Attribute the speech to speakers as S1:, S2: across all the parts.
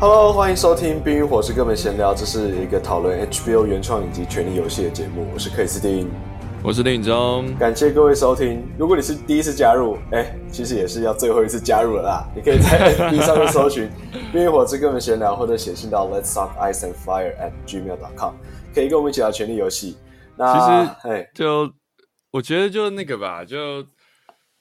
S1: Hello，欢迎收听《冰与火之哥们闲聊》，这是一个讨论 HBO 原创影集《权力游戏》的节目。我是克里斯汀，
S2: 我是林中，
S1: 感谢各位收听。如果你是第一次加入，哎，其实也是要最后一次加入了啦。你可以 在 FB 上面搜寻《冰与火之哥们闲聊》，或者写信到 Let's Talk Ice and Fire at gmail.com，可以跟我们一起聊《权力游戏》。那
S2: 其实
S1: 哎，
S2: 就我觉得就那个吧，就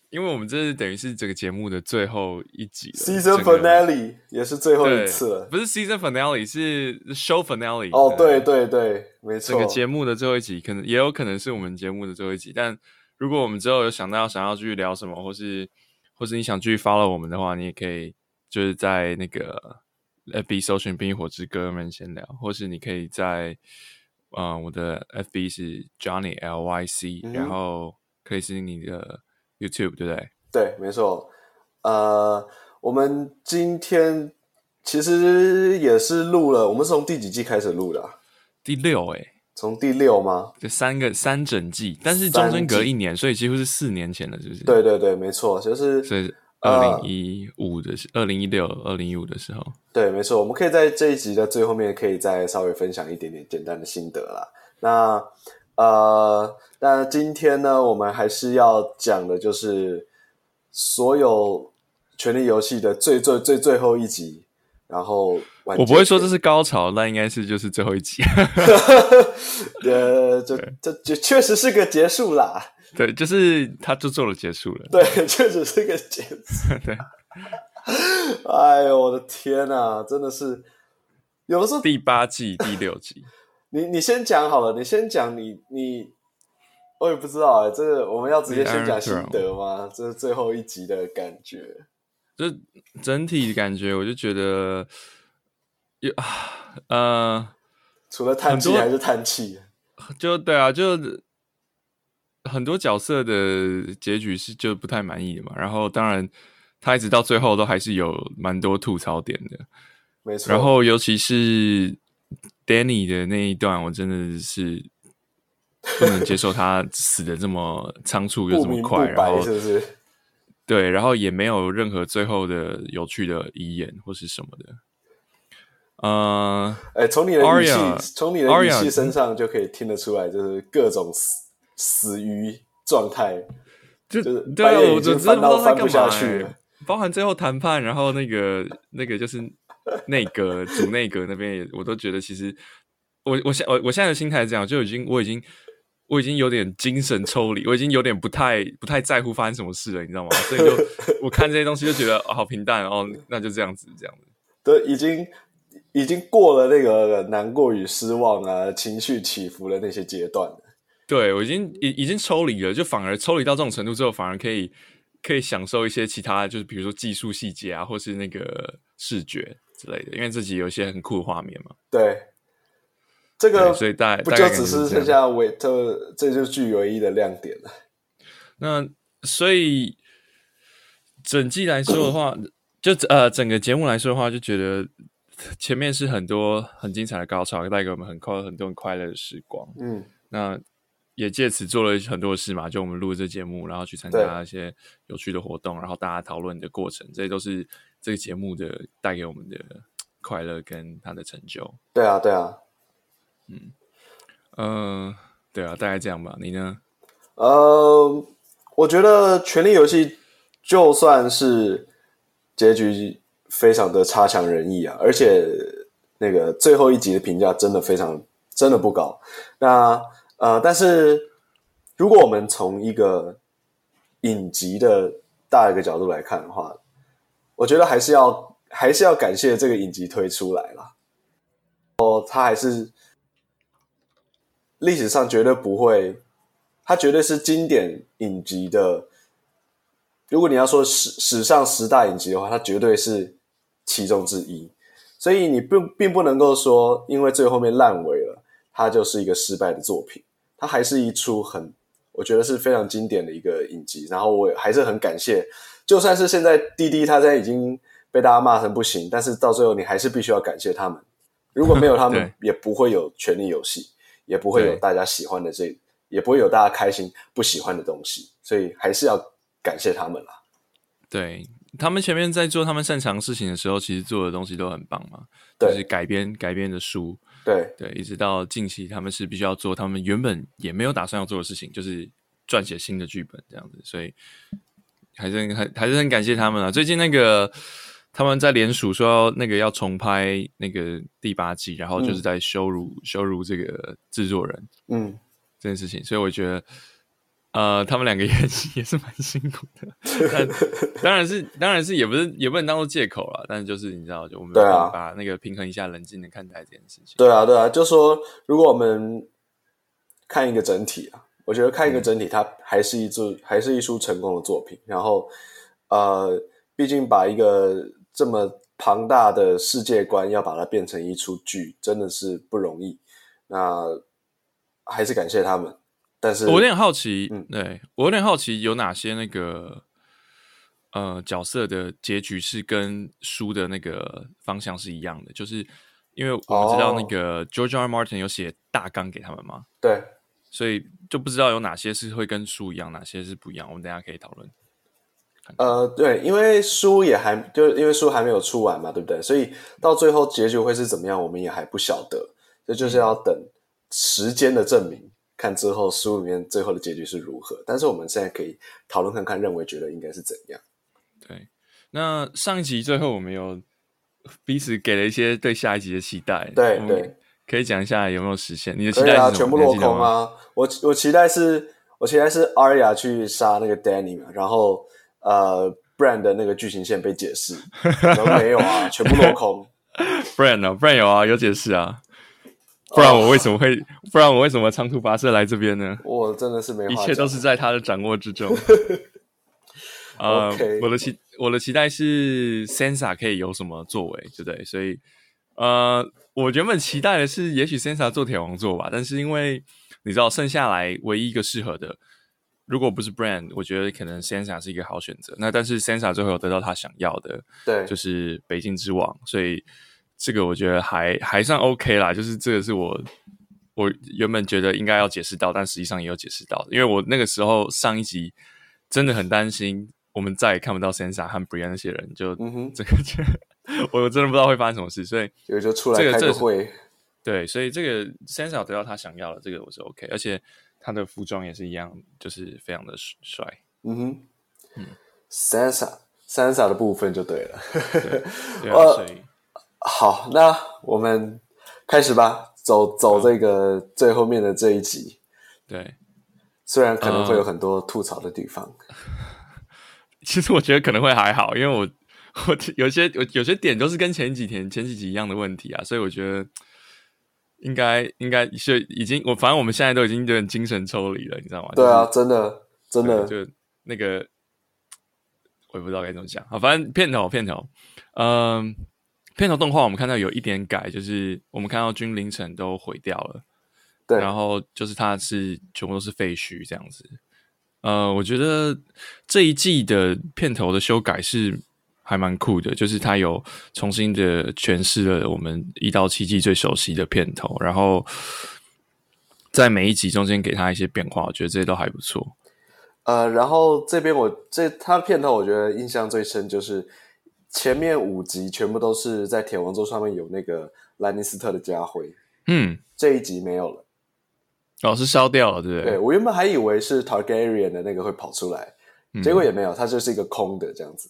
S2: 因为我们这是等于是这个节目的最后一集了
S1: Season
S2: 整个
S1: Finale 也是最后一
S2: 对
S1: 次了。
S2: 不是 season finale，是 show finale。
S1: 哦，对对对，没
S2: 这
S1: 错
S2: 个。节目的最后一集，可能也有可能是我们节目的最后一集。但如果我们之后有想到想要去聊什么，或是或是你想继续 follow 我们的话，你也可以就是在那个 FB 搜寻《冰与火之歌们闲聊》，或是你可以在嗯、呃我的 FB 是 Johnny L Y C，、
S1: 嗯哼
S2: 然后可以是你的 YouTube，对不对？
S1: 对，没错。呃，我们今天其实也是录了，我们是从第几季开始录的啊、
S2: 第六哎、
S1: 从第六吗？
S2: 这三个三整季，但是
S1: 三
S2: 中间隔
S1: 季
S2: 一年，所以几乎是四年前了，是不是？
S1: 对对对，没错，就是
S2: 所以
S1: 呃
S2: 二零一五的时，二零一六、二零一五的时候，
S1: 对，没错。我们可以在这一集的最后面，可以再稍微分享一点点简单的心得啦。那呃，那今天呢，我们还是要讲的就是所有《权力游戏》的最最最最后一集，然后完
S2: 我不会
S1: 结
S2: 说这
S1: 篇
S2: 是高潮，那应该是就是最后一集。
S1: 呃，这这这确实是个结束啦，
S2: 对，就是他就做了结束了。
S1: 对， 确实是个结束。
S2: 对，
S1: 哎呦，我的天呐，真的是，有的时候
S2: 第八季第六集，
S1: 你你先讲好了，你先讲你你，我也不知道哎、这个我们要直接先讲
S2: Iron
S1: 心
S2: Throne
S1: 得吗？这是最后一集的感觉。
S2: 就整体感觉我就觉得有啊呃，
S1: 除了叹气
S2: 很多
S1: 还是叹气，
S2: 就对啊，就很多角色的结局是就不太满意的嘛。然后当然他一直到最后都还是有蛮多吐槽点的。
S1: 没错。
S2: 然后尤其是 Danny 的那一段，我真的是不能接受他死的这么仓促又
S1: 不
S2: 这 么
S1: 明不
S2: 快，然
S1: 白
S2: 后
S1: 是不是？
S2: 对，然后也没有任何最后的有趣的遗言或是什么的。呃，
S1: 哎，从你的语气
S2: Arya，
S1: 从你的语
S2: Arya
S1: 气身上就可以听得出来，就是各种死死鱼状态。
S2: 就
S1: 就是
S2: 对
S1: 白
S2: 啊，
S1: 眼已
S2: 我
S1: 经
S2: 真的
S1: 翻
S2: 不
S1: 到
S2: 知道他
S1: 翻不
S2: 干
S1: 下
S2: 嘛、
S1: 去
S2: 欸
S1: 了。
S2: 包含最后谈判，然后那个那个就是内阁主内阁那边也，我都觉得其实我我现我我现在的心态是这样，就已经我已经我已经有点精神抽离，我已经有点不太不太在乎发生什么事了，你知道吗？所以就 我看这些东西就觉得、哦好平淡哦，那就这样子这样子。
S1: 都已经已经过了那个难过与失望啊、情绪起伏的那些阶段了。
S2: 对我已经已已经抽离了，就反而抽离到这种程度之后，反而可以可以享受一些其他，就是比如说技术细节啊，或是那个视觉之类的，因为自己有一些很酷的画面嘛。
S1: 对，这
S2: 对，
S1: 个
S2: 所以大
S1: 不
S2: 大
S1: 就
S2: 概感觉
S1: 只是
S2: 这样
S1: 剩下唯这这就是剧唯一的亮点了。
S2: 那所以整季来说的话，就呃整个节目来说的话，就觉得前面是很多很精彩的高潮，带给我们很快很多很快乐的时光。
S1: 嗯，
S2: 那也借此做了很多事嘛，就我们录这节目，然后去参加
S1: 对
S2: 一些有趣的活动，然后大家讨论的过程，这些都是这个节目的带给我们的快乐跟它的成就。
S1: 对啊，对啊，
S2: 嗯、对啊，大概这样吧。你呢？
S1: 呃，我觉得《权力游戏》就算是结局非常的差强人意啊，而且那个最后一集的评价真的非常真的不高。那呃，但是如果我们从一个影集的大一个角度来看的话，我觉得还是要还是要感谢这个影集推出来啦。哦，它还是历史上绝对不会，它绝对是经典影集的。如果你要说史史上十大影集的话，它绝对是其中之一。所以你并并不能够说，因为最后面烂尾了，它就是一个失败的作品。它还是一出很，我觉得是非常经典的一个影集。然后我也还是很感谢，就算是现在滴滴它现在已经被大家骂成不行，但是到最后你还是必须要感谢他们。如果没有他们
S2: 对，
S1: 也不会有《权力游戏》。也不会有
S2: 对
S1: 大家喜欢的这，也不会有大家开心不喜欢的东西，所以还是要感谢他们啦。
S2: 对，他们前面在做他们擅长事情的时候，其实做的东西都很棒嘛，
S1: 对
S2: 就是改编改编的书，
S1: 对
S2: 对，一直到近期他们是必须要做他们原本也没有打算要做的事情，就是撰写新的剧本这样子，所以还是很还还是很感谢他们啊。最近那个他们在联署说要那个要重拍那个第八季，然后就是在羞辱、羞辱这个制作人，
S1: 嗯，
S2: 这件事情，所以我觉得，呃，他们两个也 也是蛮辛苦的。但 当然是，当然是也不是也不能当做借口了，但是就是你知道，就我们
S1: 对啊
S2: 把那个平衡一下，冷静的看待这件事情。
S1: 对啊，对啊，就说如果我们看一个整体啊，我觉得看一
S2: 嗯
S1: 个整体，它还是一出还是一出成功的作品。然后，呃，毕竟把一个这么庞大的世界观要把它变成一出剧，真的是不容易。那还是感谢他们，但是
S2: 我有点好奇，
S1: 嗯
S2: 对我有点好奇有哪些那个呃角色的结局是跟书的那个方向是一样的，就是因为我们知道那
S1: 哦
S2: 个 George R. R. Martin 有写大纲给他们嘛，
S1: 对
S2: 所以就不知道有哪些是会跟书一样，哪些是不一样。我们等一下可以讨论。
S1: 呃，对，因为书也还就是因为书还没有出完嘛，对不对？所以到最后结局会是怎么样，我们也还不晓得。这就是要等时间的证明，看之后书里面最后的结局是如何。但是我们现在可以讨论看看，认为觉得应该是怎样。
S2: 对，那上一集最后我们有彼此给了一些对下一集的期待，
S1: 对
S2: 我们
S1: 对，
S2: 可以讲一下有没有实现？你的期
S1: 可
S2: 待
S1: 以
S2: 是什
S1: 啊，
S2: 么？
S1: 全部
S2: 你还
S1: 落
S2: 记得
S1: 空
S2: 吗！
S1: 啊！我我期待是，我期待是 Arya 去杀那个 Danny 嘛，然后呃，Brand 的那个剧情线被解 释，然后没有啊，全部落空。
S2: 不然呢？不然有啊，有解释啊。不然我为什么
S1: 哦
S2: 会？不然我为什么长途跋涉来这边呢？
S1: 我真的是没话
S2: 一
S1: 讲。
S2: 切都是在他的掌握 之中。呃
S1: OK
S2: 我的期我的期待是 Sensa 可以有什么作为，对不对？所以呃，我原本期待的是，也许 Sensa 做铁王座吧，但是因为你知道，剩下来唯一一个适合的，如果不是 Brand，我觉得可能 Sensa 是一个好选择。那但是 Sensa 最后有得到他想要的，
S1: 对，
S2: 就是北京之王，所以这个我觉得还还算 OK 啦。就是这个是我我原本觉得应该要解释到，但实际上也有解释到的，因为我那个时候上一集真的很担心，我们再也看不到 Sansa 和 Brienne 那些人，就
S1: 嗯哼
S2: 这个就 我真的不知道会发生什么事，所以
S1: 有就出来
S2: 这个
S1: 开
S2: 这
S1: 个
S2: 个是
S1: 会，
S2: 对，所以这个 Sansa 得到他想要的，这个我是 OK，而且他的服装也是一样，就是非常的帅。
S1: 嗯哼，Sansa Sansa 的部分就对了。
S2: 对啊，
S1: 呃
S2: 所以
S1: 好，那我们开始吧，走走这个最后面的这一集，
S2: 对。
S1: 虽然可能
S2: 嗯
S1: 会有很多吐槽的地方，
S2: 其实我觉得可能会还好，因为我我有些我有些点都是跟前几天前几集一样的问题啊，所以我觉得应该应该是已经我反正我们现在都已经有点精神抽离了，你知道吗？
S1: 对啊，真的真
S2: 就是，
S1: 的，
S2: 对就那个我也不知道该怎么讲啊，反正片头片头，嗯，片头动画我们看到有一点改，就是我们看到君临城都毁掉了。
S1: 对，
S2: 然后就是它是全部都是废墟这样子。呃，我觉得这一季的片头的修改是还蛮酷的，就是它有重新的诠释了我们一到七季最熟悉的片头，然后在每一集中间给它一些变化，我觉得这些都还不错。
S1: 呃，然后这边我这他片头我觉得印象最深就是前面五集全部都是在铁王座上面有那个兰尼斯特的家徽，
S2: 嗯，
S1: 这一集没有了。
S2: 哦，是烧掉了，对不对？
S1: 对我原本还以为是 Targaryen 的那个会跑出来，
S2: 嗯
S1: 结果也没有，它就是一个空的这样子。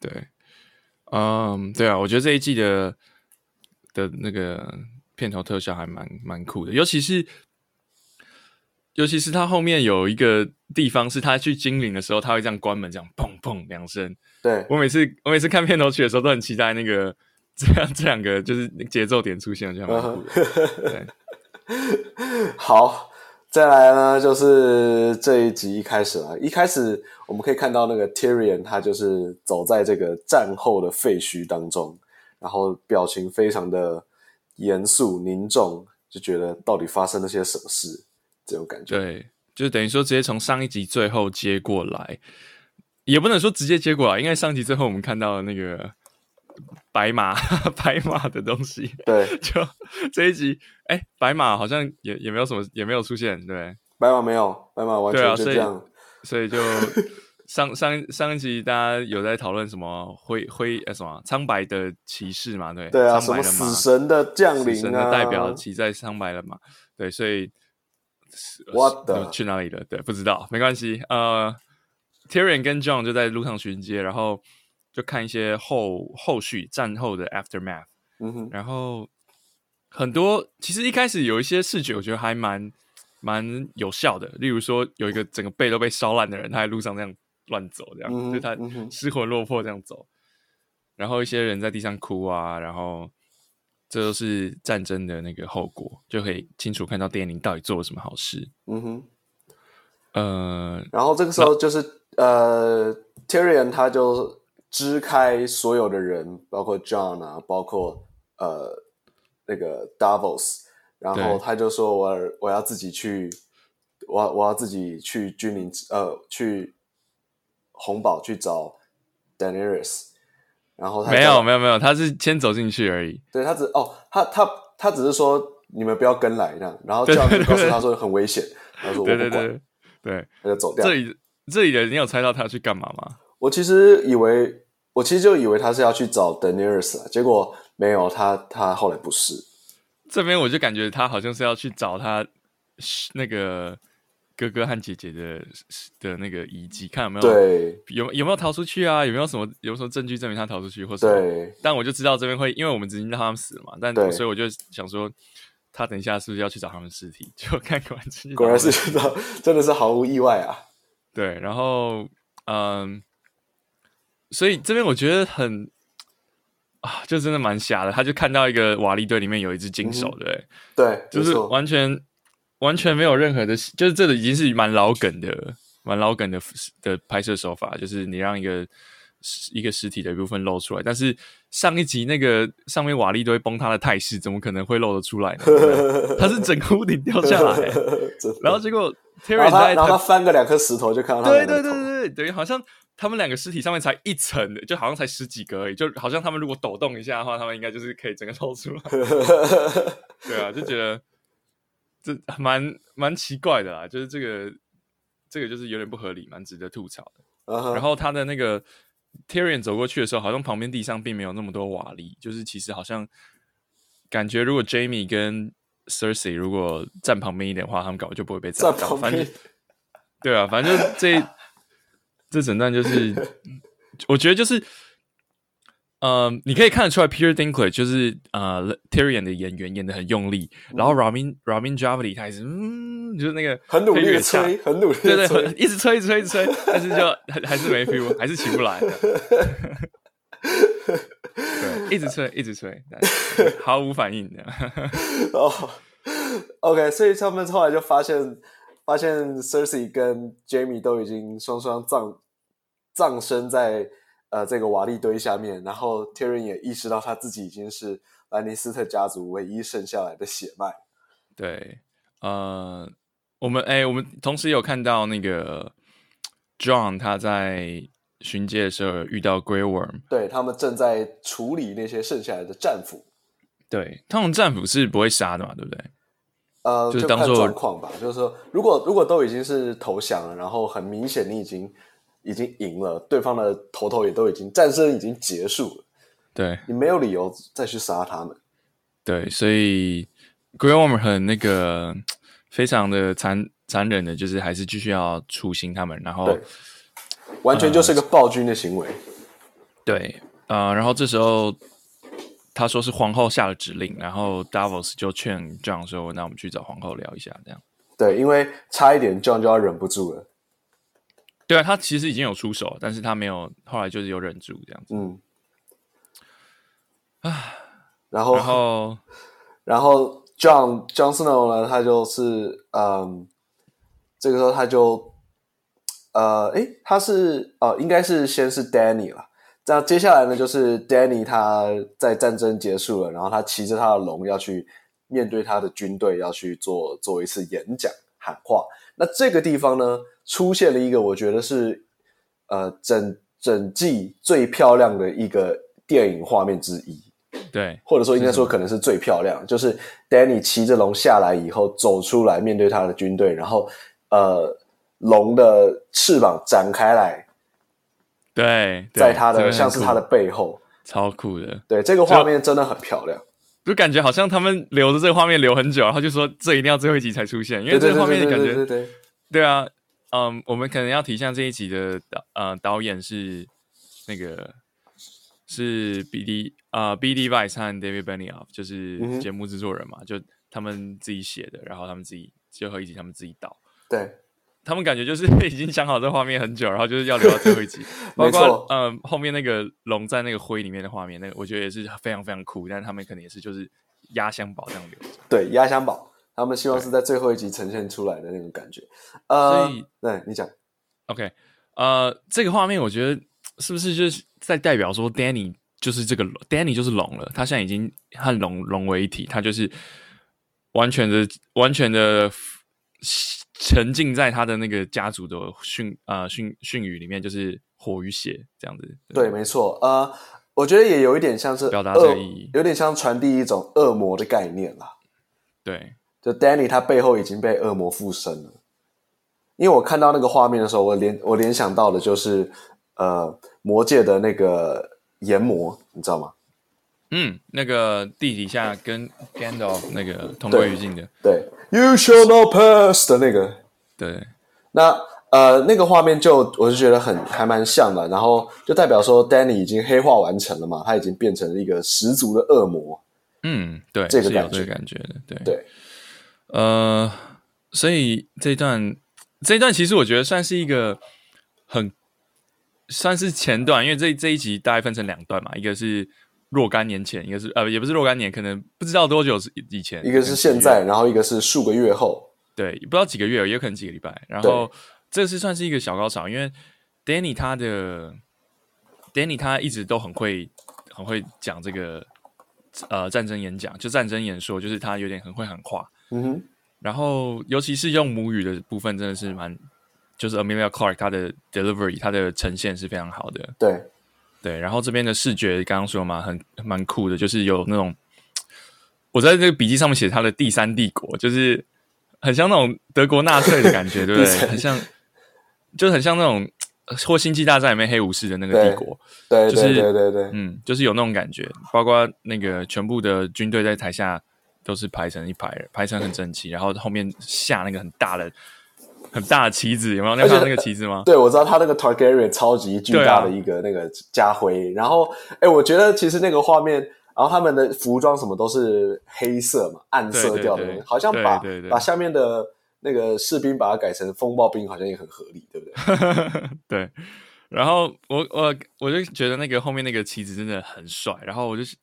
S2: 对，嗯，对啊，我觉得这一季的的那个片头特效还蛮蛮酷的，尤其是尤其是他后面有一个地方是他去精灵的时候，他会这样关门，这样砰砰两声。
S1: 对，
S2: 我每次我每次看片头曲的时候，都很期待那个 这样这两个就是节奏点出现，我
S1: 嗯
S2: 觉得还蛮酷的。对，
S1: 好，再来呢，就是这一集一开始啊，一开始我们可以看到那个 Tyrion，他就是走在这个战后的废墟当中，然后表情非常的严肃凝重，就觉得到底发生了些什么事，这种感觉。
S2: 对，就等于说直接从上一集最后接过来，也不能说直接接过来，因为上集最后我们看到那个白马 白马的东西，
S1: 对，
S2: 就这一集，哎、白马好像也也没有什么，也没有出现，对，
S1: 白马没有，白马完
S2: 对啊
S1: 全就
S2: 所以
S1: 这样。
S2: 所以就上上上一集大家有在讨论什么灰灰呃什么苍白的骑士嘛？对
S1: 对啊，什
S2: 苍
S1: 么
S2: 白的马
S1: 死神的降临啊，
S2: 死神的代表骑在苍白了嘛？对，所以呃
S1: What the-
S2: 呃去哪里了？对，不知道，没关系。呃，Tyrion 跟 John 就在路上巡街，然后就看一些后后续战后的 aftermath，
S1: 嗯哼，
S2: 然后很多其实一开始有一些视觉，我觉得还蛮蛮有效的。例如说，有一个整个背都被烧烂的人，他在路上这样乱走，这样、
S1: 嗯哼
S2: 就他
S1: 嗯哼
S2: 失魂落魄这样走。然后一些人在地上哭啊，然后这都是战争的那个后果，就可以清楚看到电影到底做了什么好事。
S1: 嗯哼。
S2: 呃，
S1: 然后这个时候就是呃，Tyrion 他就支开所有的人，包括 John 啊，包括呃那个 Davos，然后
S2: 对
S1: 他就说我我要自己去，我要我要自己去君临呃去红堡去找 Daenerys，然后他
S2: 没有
S1: 找
S2: 没有没有，他是先走进去而已。
S1: 对他只哦他他他只是说你们不要跟来这样，然后
S2: 对
S1: John
S2: 对对
S1: 告诉他说很危险，他说我
S2: 对
S1: 不
S2: 对
S1: 管，啊
S2: 对对，
S1: 他就走掉
S2: 这。里这里的你有猜到他要去干嘛吗？
S1: 我其实以为，我其实就以为他是要去找 Daenerys 啊，结果没有，他他后来不是。
S2: 这边我就感觉他好像是要去找他是那个哥哥和姐姐的的那个遗迹，看有没有
S1: 对
S2: 有有没有逃出去啊？有没有什么有什么证据证明他逃出去，或什么？
S1: 对，
S2: 但我就知道这边会，因为我们直接让他们死了嘛。但
S1: 对
S2: 所以我就想说，他等一下是不是要去找他们尸体？ 就看果然是去找
S1: 果然是
S2: 他们
S1: 知道，真的是 毫无意外啊。
S2: 对，然后嗯，所以这边我觉得很啊，就真的蛮瞎的。他就看到一个瓦砾堆里面有一只金手，
S1: 嗯
S2: 对不对？
S1: 对，
S2: 就是
S1: 没错
S2: 完全完全没有任何的，就是这个已经是蛮老梗的、蛮老梗的的拍摄手法，就是你让一个一个实体的一部分露出来，但是上一集那个上面瓦砾堆崩塌的态势，怎么可能会露得出来呢？对不对它是整个屋顶掉下来、
S1: 真的
S2: 然后结果
S1: 然
S2: Terry
S1: 后他
S2: 在
S1: 然后他翻个两颗石头就看到他
S2: 对
S1: 们两
S2: 对
S1: 个头
S2: 对对对，等于好像他们两个尸体上面才一层的，就好像才十几个而已，就好像他们如果抖动一下的话，他们应该就是可以整个露出来。 对啊，就觉得这蛮蛮奇怪的啦，啊就是这个这个就是有点不合理，蛮值得吐槽的。
S1: 嗯哼
S2: 然后他的那个 Tyrion 走过去的时候，好像旁边地上并没有那么多瓦砾，就是其实好像感觉如果 Jamie 跟 Cersei 如果站旁边一点的话，他们搞不好就不会被炸
S1: 站
S2: 到。
S1: 旁
S2: 反正
S1: 边
S2: 就对啊，反正就这这整段就是，我觉得就是，呃，你可以看得出来，Peter Dinklage 就是呃 Tyrion 的演员演的很用力，
S1: 嗯
S2: 然后 Ramin Ramin Javadi 他也是，嗯，就是那个
S1: 很努力
S2: 的
S1: 的吹，很努力
S2: 对
S1: 的
S2: 对，
S1: 吹，
S2: 很一直吹，一直吹，一直吹，但是就还还是没 feel，还是起不来。 对，一直吹，一直吹，但是毫无反应的。
S1: 哦，OK，所以他们后来就发现，发现 Cersei 跟 Jamie 都已经双双葬葬身在呃这个瓦砾堆下面，然后 Tyrion 也意识到他自己已经是兰尼斯特家族唯一剩下来的血脉。
S2: 对，呃，我们哎、我们同时有看到那个 John 他在巡街的时候有遇到 Grey Worm，
S1: 对他们正在处理那些剩下来的战俘，
S2: 对，他们战俘是不会杀的嘛，对不对？
S1: 呃，
S2: 就是
S1: 就
S2: 当
S1: 看
S2: 作
S1: 状况吧。就是说，如果如果都已经是投降了，然后很明显你已经已经赢了，对方的头头也都已经战争已经结束了，
S2: 对
S1: 你没有理由再去杀他们。
S2: 对，所以 Grey Worm 很那个非常的残残忍的，就是还是继续要处刑他们，然后
S1: 对完全就是个暴君的行为。
S2: 对，呃，然后这时候他说是皇后下了指令，然后 Davos 就劝 John 说：“那我们去找皇后聊一下。”这样，
S1: 对，因为差一点 John 就要忍不住了。
S2: 对啊，他其实已经有出手，但是他没有，后来就是有忍住这样子。
S1: 嗯，然后
S2: 然后，
S1: 然后 John John Snow 呢，他就是嗯，这个时候他就呃，诶，他是哦、应该是先是 Danny 了。那接下来呢，就是 Danny 他在战争结束了，然后他骑着他的龙要去面对他的军队，要去做做一次演讲喊话。那这个地方呢，出现了一个我觉得是呃整整季最漂亮的一个电影画面之一。
S2: 对
S1: 或者说应该说
S2: 嗯
S1: 可能是最漂亮，就是 Danny 骑着龙下来以后走出来，面对他的军队，然后呃龙的翅膀展开来，
S2: 对，对
S1: 在他
S2: 这
S1: 的
S2: 个
S1: 像
S2: 很
S1: 是
S2: 酷
S1: 他的背后，
S2: 超酷的，
S1: 对，这个画面真的很漂亮。
S2: 就感觉好像他们留着这个画面留很久，然后就说这一定要最后一集才出现，因为
S1: 对对
S2: 这个
S1: 对
S2: 画面
S1: 对
S2: 感
S1: 对
S2: 觉
S1: 对对，
S2: 对啊，嗯，我们可能要提一下这一集的导呃导演是那个是 B D 啊、呃、B D Vice 和 David Benioff，就
S1: 嗯
S2: 是
S1: 哼
S2: 节目制作人嘛，就他们自己写的，然后他们自己最后一集他们自己导。
S1: 对。
S2: 他们感觉就是 已经想好这画面很久，然后就是要留到最后一集 包
S1: 没
S2: 括
S1: 错
S2: 呃后面那个龙在那个灰里面的画面，那个我觉得也是非常非常酷，但是他们可能也是就是压箱宝这样留着。
S1: 对，压箱宝，他们希望是在最后一集呈现出来的那种感觉。呃
S2: 所以，
S1: 对你讲，
S2: OK，呃，这个画面我觉得是不是就是在代表说 Danny 就是这个 Danny 就是龙了，他现在已经和龙融为一体，他就是完全的完全的沉浸在他的那个家族的训啊训训语里面，就是火与血这样子。
S1: 对，没错，呃，我觉得也有一点像是
S2: 表达
S1: 恶
S2: 这个意义
S1: 有点像传递一种恶魔的概念啦。
S2: 对，
S1: 就 Danny 他背后已经被恶魔附身了。因为我看到那个画面的时候，我联我联想到的就是呃魔界的那个炎魔，你知道吗？
S2: 嗯，那个地底下跟 Gandalf 那个同归于尽的，
S1: 对，You shall not pass 的那个，
S2: 对，
S1: 那呃那个画面就我就觉得很还蛮像的，然后就代表说 Danny 已经黑化完成了嘛，他已经变成了一个十足的恶魔。
S2: 嗯，对，
S1: 这个
S2: 是有
S1: 感觉
S2: 这个感觉的，对，
S1: 对，
S2: 呃，所以这一段这一段其实我觉得算是一个很算是前段，因为这这一集大概分成两段嘛，一个是若干年前，一个是呃也不是若干年，可能不知道多久是以前，
S1: 一个是现在，然后一个是数个月后。
S2: 对，不知道几个月，也有可能几个礼拜。然后这是算是一个小高潮，因为 Danny 他的 Danny 他一直都很会很会讲这个呃战争演讲，就战争演说，就是他有点很会喊话。
S1: 嗯哼，
S2: 然后尤其是用母语的部分，真的是蛮就是 Amelia Clark 她的 delivery 她的呈现是非常好的。
S1: 对，
S2: 对，然后这边的视觉刚刚说嘛，很蛮酷的，就是有那种我在这个笔记上面写它的第三帝国，就是很像那种德国纳粹的感觉，对不
S1: 第
S2: 对？
S1: 三
S2: 很像，就是很像那种呃或星际大战里面黑武士的那个
S1: 对
S2: 帝国，
S1: 对
S2: 就
S1: 对
S2: 是
S1: 对对对，
S2: 嗯，就是有那种感觉。包括那个全部的军队在台下都是排成一排，排成很整齐，然后后面下那个很大的很大的旗子，有没有？你有
S1: 而且
S2: 看到那个旗子吗？
S1: 对，我知道他那个 Targaryen 超级巨大的
S2: 对
S1: 一个那个家徽，然后哎，我觉得其实那个画面，然后他们的服装什么都是黑色嘛，暗色调的，
S2: 对对对
S1: 好像把
S2: 对对对
S1: 把下面的那个士兵把它改成风暴兵，好像也很合理，对不对？
S2: 对，然后我我我就觉得那个后面那个旗子真的很帅，然后我就是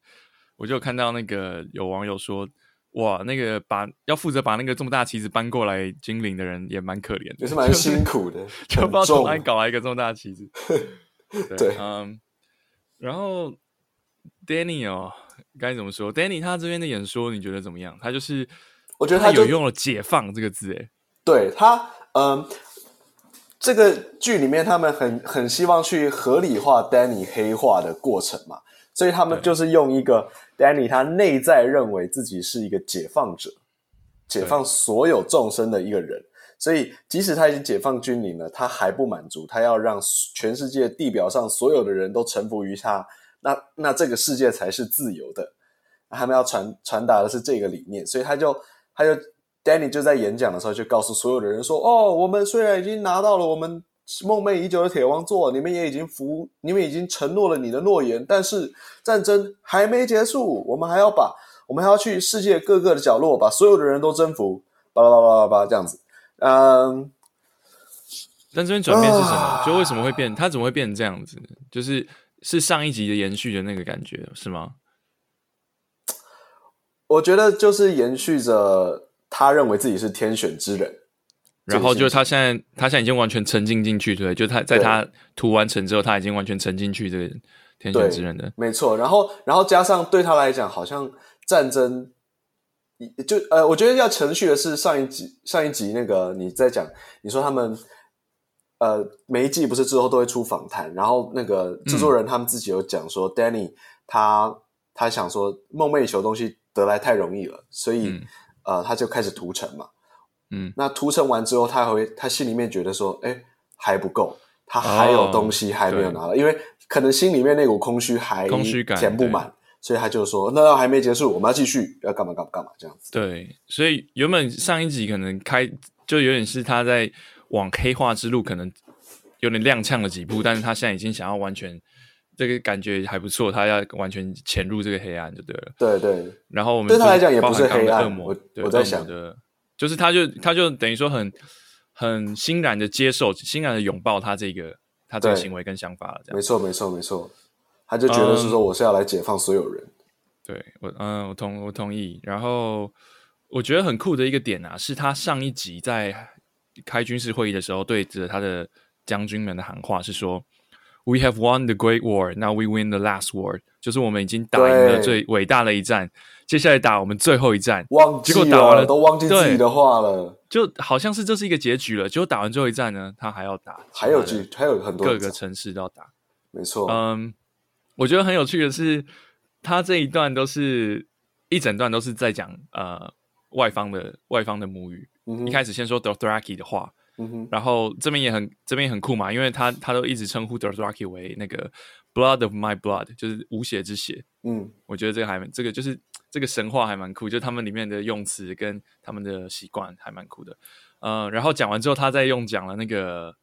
S2: 我就有看到那个有网友说，哇，那个把要负责把那个这么大旗子搬过来金陵的人也蛮可怜的，
S1: 也是蛮辛苦的，
S2: 就
S1: 很
S2: 不知道从
S1: 重
S2: 哪里搞来一个这么大的 旗子。
S1: 对
S2: 嗯，然后 Danny 哦，该怎么说？Danny 他这边的演说你觉得怎么样？他就是
S1: 我觉得
S2: 他
S1: 他就
S2: 有用了“解放”这个字，哎，
S1: 对他，嗯、这个剧里面他们很很希望去合理化 Danny 黑化的过程嘛，所以他们
S2: 对
S1: 就是用一个 Danny 他内在认为自己是一个解放者，解放所有众生的一个人，所以即使他已经解放军营了，他还不满足，他要让全世界地表上所有的人都臣服于他，那那这个世界才是自由的。他们要传传达的是这个理念，所以他就他就 Danny 就在演讲的时候就告诉所有的人说：“哦，我们虽然已经拿到了我们梦寐已久的铁王座，你们也已经服，你们已经承诺了你的诺言，但是战争还没结束，我们还要把我们还要去世界各个的角落，把所有的人都征服，巴拉巴拉巴拉巴拉这样子。”嗯，
S2: 但这边转变是什么
S1: 啊？
S2: 就为什么会变？他怎么会变成这样子？就是是上一集的延续的那个感觉是吗？
S1: 我觉得就是延续着他认为自己是天选之人，
S2: 然后
S1: 这
S2: 就
S1: 个
S2: 是他现在，他现在已经完全沉浸进去，对不对，就他在
S1: 对
S2: 他涂完成之后，他已经完全沉浸去这个天选之人的，
S1: 没错，然后然后加上对他来讲，好像战争就呃，我觉得要程序的是上一集上一集那个你在讲，你说他们呃每一季不是之后都会出访谈，然后那个制作
S2: 嗯
S1: 人他们自己有讲说、d a n n y 他他想说梦寐以求的东西得来太容易了，所以、
S2: 嗯
S1: 呃他就开始屠城嘛。
S2: 嗯，
S1: 那屠城完之后，他还会他心里面觉得说，哎、还不够，他还
S2: 哦
S1: 有东西还没有拿到，因为可能心里面那股空虚还
S2: 空虚感
S1: 填不满，所以他就说：“那还没结束，我们要继续，要干嘛干嘛干嘛这样子。
S2: 对，所以原本上一集可能开就有点是他在往黑化之路可能有点踉跄了几步，但是他现在已经想要完全这个感觉还不错，他要完全潜入这个黑暗就对了。”
S1: 对对
S2: 然后我们
S1: 对他来
S2: 就
S1: 讲也
S2: 包
S1: 不
S2: 含
S1: 是
S2: 刚
S1: 黑
S2: 刚的
S1: 暗
S2: 恶魔
S1: 我
S2: 对
S1: 我在
S2: 恶魔
S1: 想
S2: 的，就是他就他就等于说很很欣然的接受，欣然的拥抱他这个他这个
S1: 对
S2: 行为跟想法了，这样
S1: 没。错没错没错，他就觉得是说我是要来解放所有人。
S2: 对我，嗯，我同我同意。然后我觉得很酷的一个点啊，是他上一集在开军事会议的时候，对着他的将军们的喊话是说：“We have won the great war, now we win the last war。”就是我们已经打赢了
S1: 对
S2: 最伟大的一战，接下来打我们最后一战。
S1: 忘记
S2: 结果打完了
S1: 都忘记自己
S2: 对
S1: 的话了，
S2: 就好像是这是一个结局了。结果打完最后一战呢，他还要打其他
S1: 还有
S2: 的
S1: 几还有很多
S2: 各
S1: 人
S2: 个
S1: 讲
S2: 城市都要打。
S1: 没错，
S2: 嗯，我觉得很有趣的是，他这一段都是一整段都是在讲呃外方的外方的母语。
S1: 嗯
S2: 一
S1: 哼
S2: 开始先说 Dothraki 的话，
S1: 嗯哼，
S2: 然后这边也很这边也很酷嘛，因为他他都一直称呼 Dothraki 为那个 Blood of My Blood，就是无血之血。
S1: 嗯，
S2: 我觉得这个还蛮，这个就是这个神话还蛮酷，就他们里面的用词跟他们的习惯还蛮酷的。呃，然后讲完之后，他再用讲了那个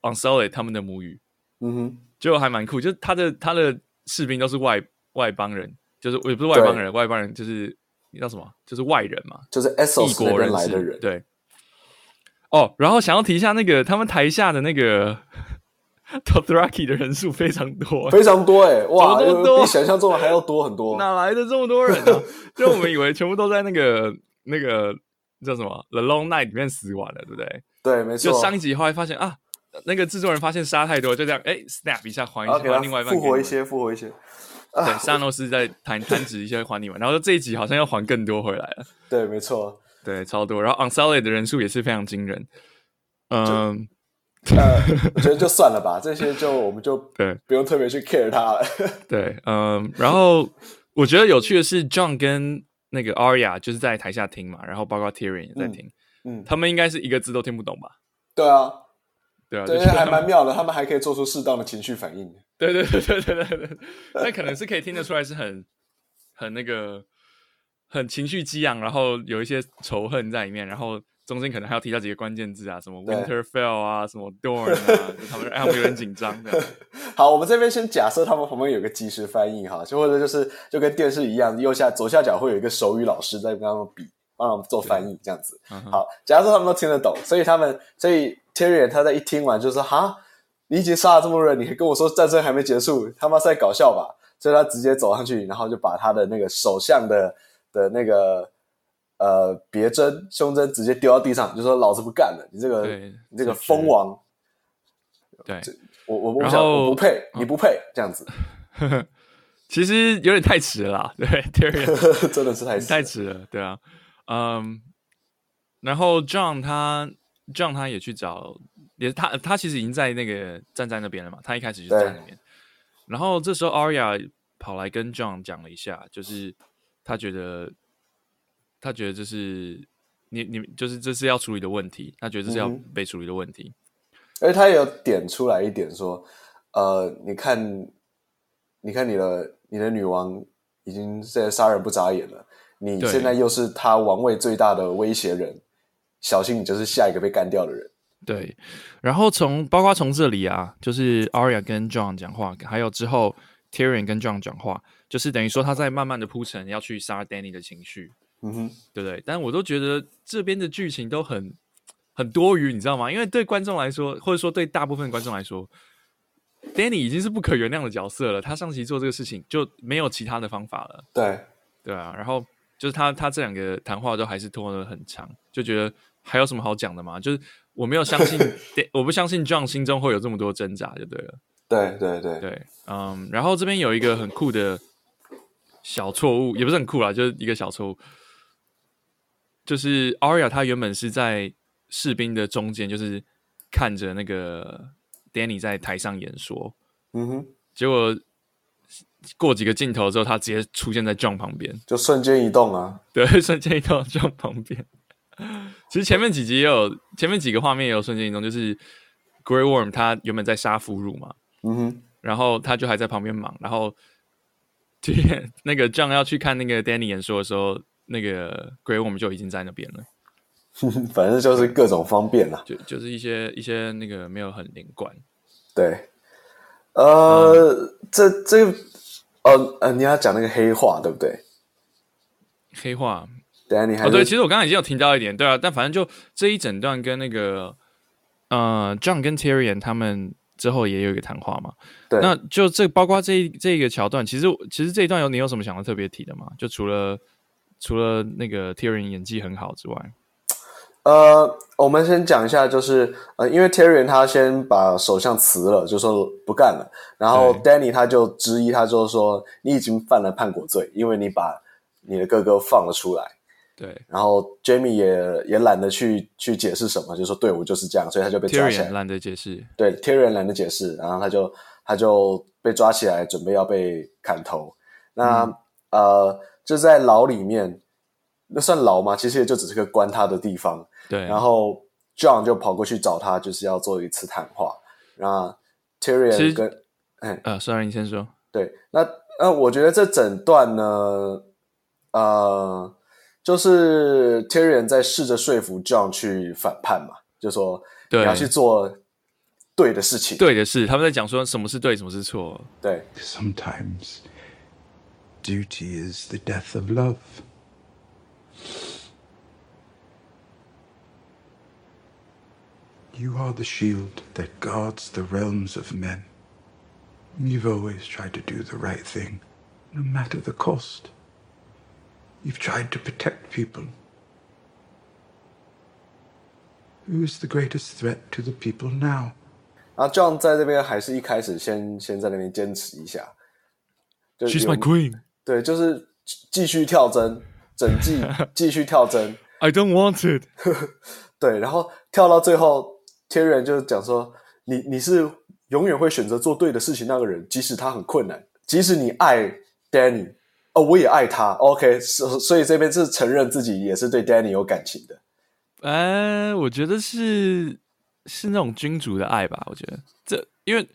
S2: On Solid 他们的母语，
S1: 嗯哼，
S2: 就还蛮酷。就是他的他的士兵都是外外邦人，就是也不是外邦人，外邦人就是你叫什么，就是外人嘛，
S1: 就是
S2: 异
S1: Essos 那
S2: 国
S1: 边
S2: 人
S1: 来
S2: 士
S1: 的人，
S2: 对。哦，然后想要提一下那个他们台下的那个 Tothraki 的人数非常多、
S1: 非常多哎、哇，
S2: 怎么这么多
S1: 比想象中的还要多很 多。
S2: 哪来的这么多人 呢、就我们以为全部都在那个那个叫什么《The Long Night》里面死完了，对不对？
S1: 对，没
S2: 就
S1: 错，
S2: 上一集后来发现啊，那个制作人发现杀太多，就这样哎，snap 一下还一
S1: 然
S2: 下，
S1: 后给他
S2: 还另外一半
S1: 复
S2: 给你
S1: 活一
S2: 们。
S1: 些，复活一些。
S2: 对，沙诺斯在弹弹指一下还你们，然后这一集好像要还更多回来了，
S1: 对，没错。
S2: 对，超多。然后 Unsolid 的人数也是非常惊人，嗯，
S1: 呃，我觉得就算了吧，这些就我 们就
S2: 对
S1: 不用特别去 care 它了。
S2: 对，嗯，然后我觉得有趣的是，John 跟那个 Arya 就是在台下听嘛，然后包括 Tyrion 也在听，
S1: 嗯，
S2: 他们应该是一个字都听不懂吧？
S1: 对啊，
S2: 对啊，
S1: 对，
S2: 就是
S1: 还
S2: 他们
S1: 蛮妙的，他们还可以做出适当的情绪反应。
S2: 对对对对对对对，那可能是可以听得出来是很很那个很情绪激昂，然后有一些仇恨在里面，然后中间可能还要提到几个关键字啊，什么
S1: 对
S2: Winterfell 啊，什么 Dorn 啊，就他们让他们有点紧张 的。
S1: 好，我们这边先假设他们旁边有个即时翻译哈，就或者就是就跟电视一样，右下左下角会有一个手语老师在跟他们比，帮他们做翻译这样子。
S2: 嗯哼
S1: 好，假设他们都听得懂，所以他们所以 Tyrion 他在一听完就说哈，你已经杀了这么多人，你还跟我说战争还没结束，他妈是在搞笑吧？所以他直接走上去，然后就把他的那个首相的的那个呃别针胸针直接丢到地上，就说老子不干了，你这个
S2: 对
S1: 你这个
S2: 这是
S1: 蜂王，
S2: 对，
S1: 我我我不
S2: 然
S1: 想
S2: 后嗯
S1: 我不配，你不配这样子。
S2: 其实有点太迟了啦，对 Tyrion
S1: 真的是太
S2: 太迟了，对啊，嗯，然后 John 他 John 他也去找，也是他他其实已经在那个站在那边了嘛，他一开始就
S1: 对
S2: 站那边，然后这时候 Arya 跑来跟 John 讲了一下，就是他觉得他觉得这是你你就是这是要处理的问题，他觉得这是要
S1: 嗯
S2: 被处理的问题，
S1: 而且他也有点出来一点说，呃，你看，你看你的你的女王已经现在杀人不眨眼了，你
S2: 对
S1: 现在又是她王位最大的威胁人，小心你就是下一个被干掉的人。
S2: 对，然后从包括从这里啊，就是 Aria 跟 John 讲话，还有之后 Tyrion 跟 John 讲话，就是等于说他在慢慢的铺陈要去杀 Danny 的情绪，
S1: 嗯哼，
S2: 对不对？但我都觉得这边的剧情都很很多余，你知道吗？因为对观众来说，或者说对大部分观众来说，Danny 已经是不可原谅的角色了。他上期做这个事情就没有其他的方法了。
S1: 对，
S2: 对啊，然后就是他他这两个谈话都还是拖得很长，就觉得还有什么好讲的吗？就是我没有相信， 对我不相信 John 心中会有这么多挣扎，就对了。
S1: 对，对，对，
S2: 对，嗯，然后这边有一个很酷的小错误，也不是很酷啦，就是一个小错误，就是 Aria 她原本是在士兵的中间，就是看着那个 Danny 在台上演说，
S1: 嗯哼，
S2: 结果过几个镜头之后，他直接出现在 John 旁边。
S1: 就瞬间移动啊。
S2: 对，瞬间移动就旁边。其实前面几集也有，前面几个画面也有瞬间移动，就是 Grey Worm 他原本在杀俘虏嘛，
S1: 嗯哼，
S2: 然后他就还在旁边忙，然后 那个 John 要去看那个 Danny 演说的时候，那个 Grey Worm 就已经在那边了，
S1: 反正就是各种方便啊啦。
S2: 就就是一些一些那个没有很连贯，
S1: 对，呃，
S2: 嗯
S1: 这这个，呃呃，你要讲那个黑话对不对？
S2: 黑化
S1: 等一下你还
S2: 哦，
S1: 是
S2: 对，其实我刚刚已经有听到一点，对啊，但反正就这一整段跟那个呃 John 跟 Tyrion 他们之后也有一个谈话嘛，
S1: 对
S2: 那就这包括这一这个桥段，其实其实这一段有你有什么想要特别提的吗？就除了除了那个 Tyrion 演技很好之外，
S1: 呃，我们先讲一下，就是呃，因为 Terry 他先把首相辞了，就说不干了，然后 Danny 他就质疑，他就说你已经犯了叛国罪，因为你把你的哥哥放了出来。
S2: 对
S1: 然后 Jamie 也也懒得去去解释什么，就说对我就是这样，所以他就被抓起来
S2: Tyrion。懒得解释，
S1: 对 Tyrion 懒得解释，然后他就他就被抓起来，准备要被砍头。那、
S2: 嗯
S1: 呃，就在牢里面，那算牢吗？其实也就只是个关他的地方。
S2: 对，
S1: 然后 John 就跑过去找他，就是要做一次谈话。那
S2: 其
S1: Tyrion
S2: 实
S1: 跟
S2: 呃，虽然你先说，
S1: 对，那那我觉得这整段呢，呃，就是 Tyrion 在试着说服 John 去反叛嘛，就说
S2: 对
S1: 你要去做对的事情。
S2: 对的是，他们在讲说什么是对，什么是错，
S1: 对
S3: Sometimes duty is the death of love. You are the shield that guards the realms of men. You've always tried to do the right thing, no matter the cost. You've tried to protect people. Who is the greatest threat to the people now?
S1: 然后 John 在这边还是一开始先先在那边坚持一下，就是
S2: She's my
S1: 有
S2: queen,
S1: 对，就是继续跳针，整季继续跳针。
S2: I don't want it，
S1: 对，然后跳到最后，天人就讲说：“你你是永远会选择做对的事情那个人，即使他很困难，即使你爱 Danny，哦，我也爱他。OK，所所以这边是承认自己也是对 Danny 有感情的。
S2: 呃，我觉得是是那种君主的爱吧。我觉得这因为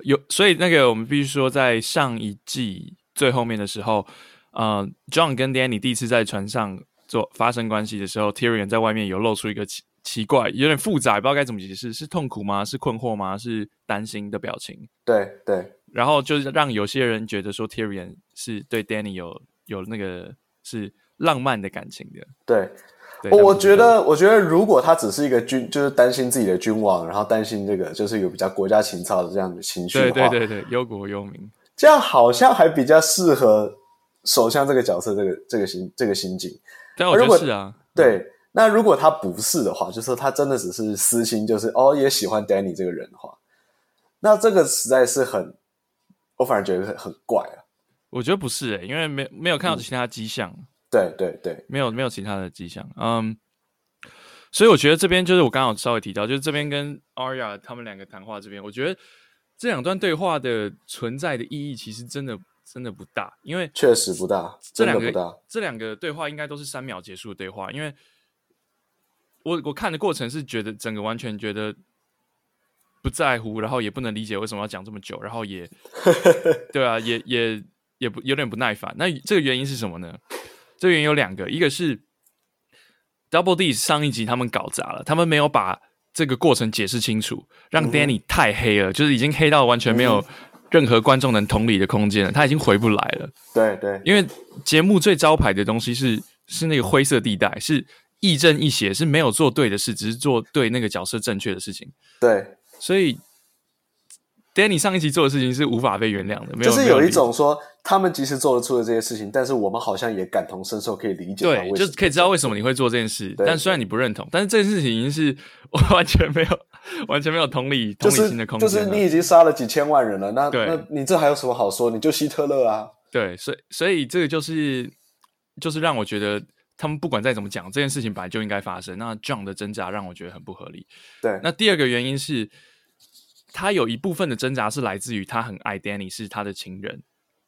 S2: 有，所以那个我们必须说，在上一季最后面的时候，呃，John 跟 Danny 第一次在船上做发生关系的时候，Tyrion 在外面有露出一个奇奇怪、有点复杂，也不知道该怎么解释，是痛苦吗？是困惑吗？是担心的表情。
S1: 对对
S2: 然后就是让有些人觉得说 Tyrion 是对 Danny 有有那个是浪漫的感情的。
S1: 对，我
S2: 对他
S1: 我
S2: 们就
S1: 觉得，我觉得如果他只是一个君，就是担心自己的君王，然后担心这个就是有比较国家情操的这样的情绪的
S2: 对
S1: 话，
S2: 对对对，忧国忧民。
S1: 这样好像还比较适合首相这个角色，这个这个心这个心境。
S2: 但我觉
S1: 哦如果
S2: 得是啊，
S1: 对，那如果他不是的话，就是说他真的只是私心，就是哦也喜欢 Danny 这个人的话，那这个实在是很，我反而觉得很很怪啊。
S2: 我觉得不是、欸，因为没没有
S1: 嗯
S2: 看到其他迹象，
S1: 对对对
S2: 没有没有其他的迹象，嗯，所以我觉得这边就是我刚好稍微提到，就是这边跟 Aria 他们两个谈话这边，我觉得这两段对话的存在的意义其实真的真的不大，因为
S1: 确实不大，
S2: 这
S1: 真
S2: 两
S1: 的不大
S2: 个。这两个对话应该都是三秒结束的对话，因为我我看的过程是觉得整个完全觉得不在乎，然后也不能理解为什么要讲这么久，然后也对啊，也也也不有点不耐烦。那这个原因是什么呢？这个原因有两个，一个是 Double D 上一集他们搞砸了，他们没有把这个过程解释清楚，让 Danny 太黑了，就是已经黑到完全没有任何观众能同理的空间了，他已经回不来了。
S1: 对对
S2: 因为节目最招牌的东西是是那个灰色地带，是亦正亦邪，是没有做对的事，只是做对那个角色正确的事情。
S1: 对，
S2: 所以，Danny 上一集做的事情是无法被原谅的，没有
S1: 就是
S2: 没有
S1: 有一
S2: 理
S1: 种说他们即使做得出了这些事情，但是我们好像也感同身受，可以理解他为
S2: 对，就
S1: 什
S2: 是
S1: 么。
S2: 可以知道为什么你会做这件事。
S1: 对
S2: 但虽然你不认同，但是这件事情已经是我完全没有 完全没有同理同
S1: 就
S2: 理心
S1: 是
S2: 的空
S1: 就
S2: 间
S1: 是
S2: 了
S1: 你已经杀了几千万人了，那
S2: 对
S1: 那你这还有什么好说？你就希特勒啊，
S2: 对，所以所以这个就是就是让我觉得他们不管再怎么讲，这件事情本来就应该发生。那 John 的挣扎让我觉得很不合理。
S1: 对，
S2: 那第二个原因是，他有一部分的挣扎是来自于他很爱 Danny 是他的情人，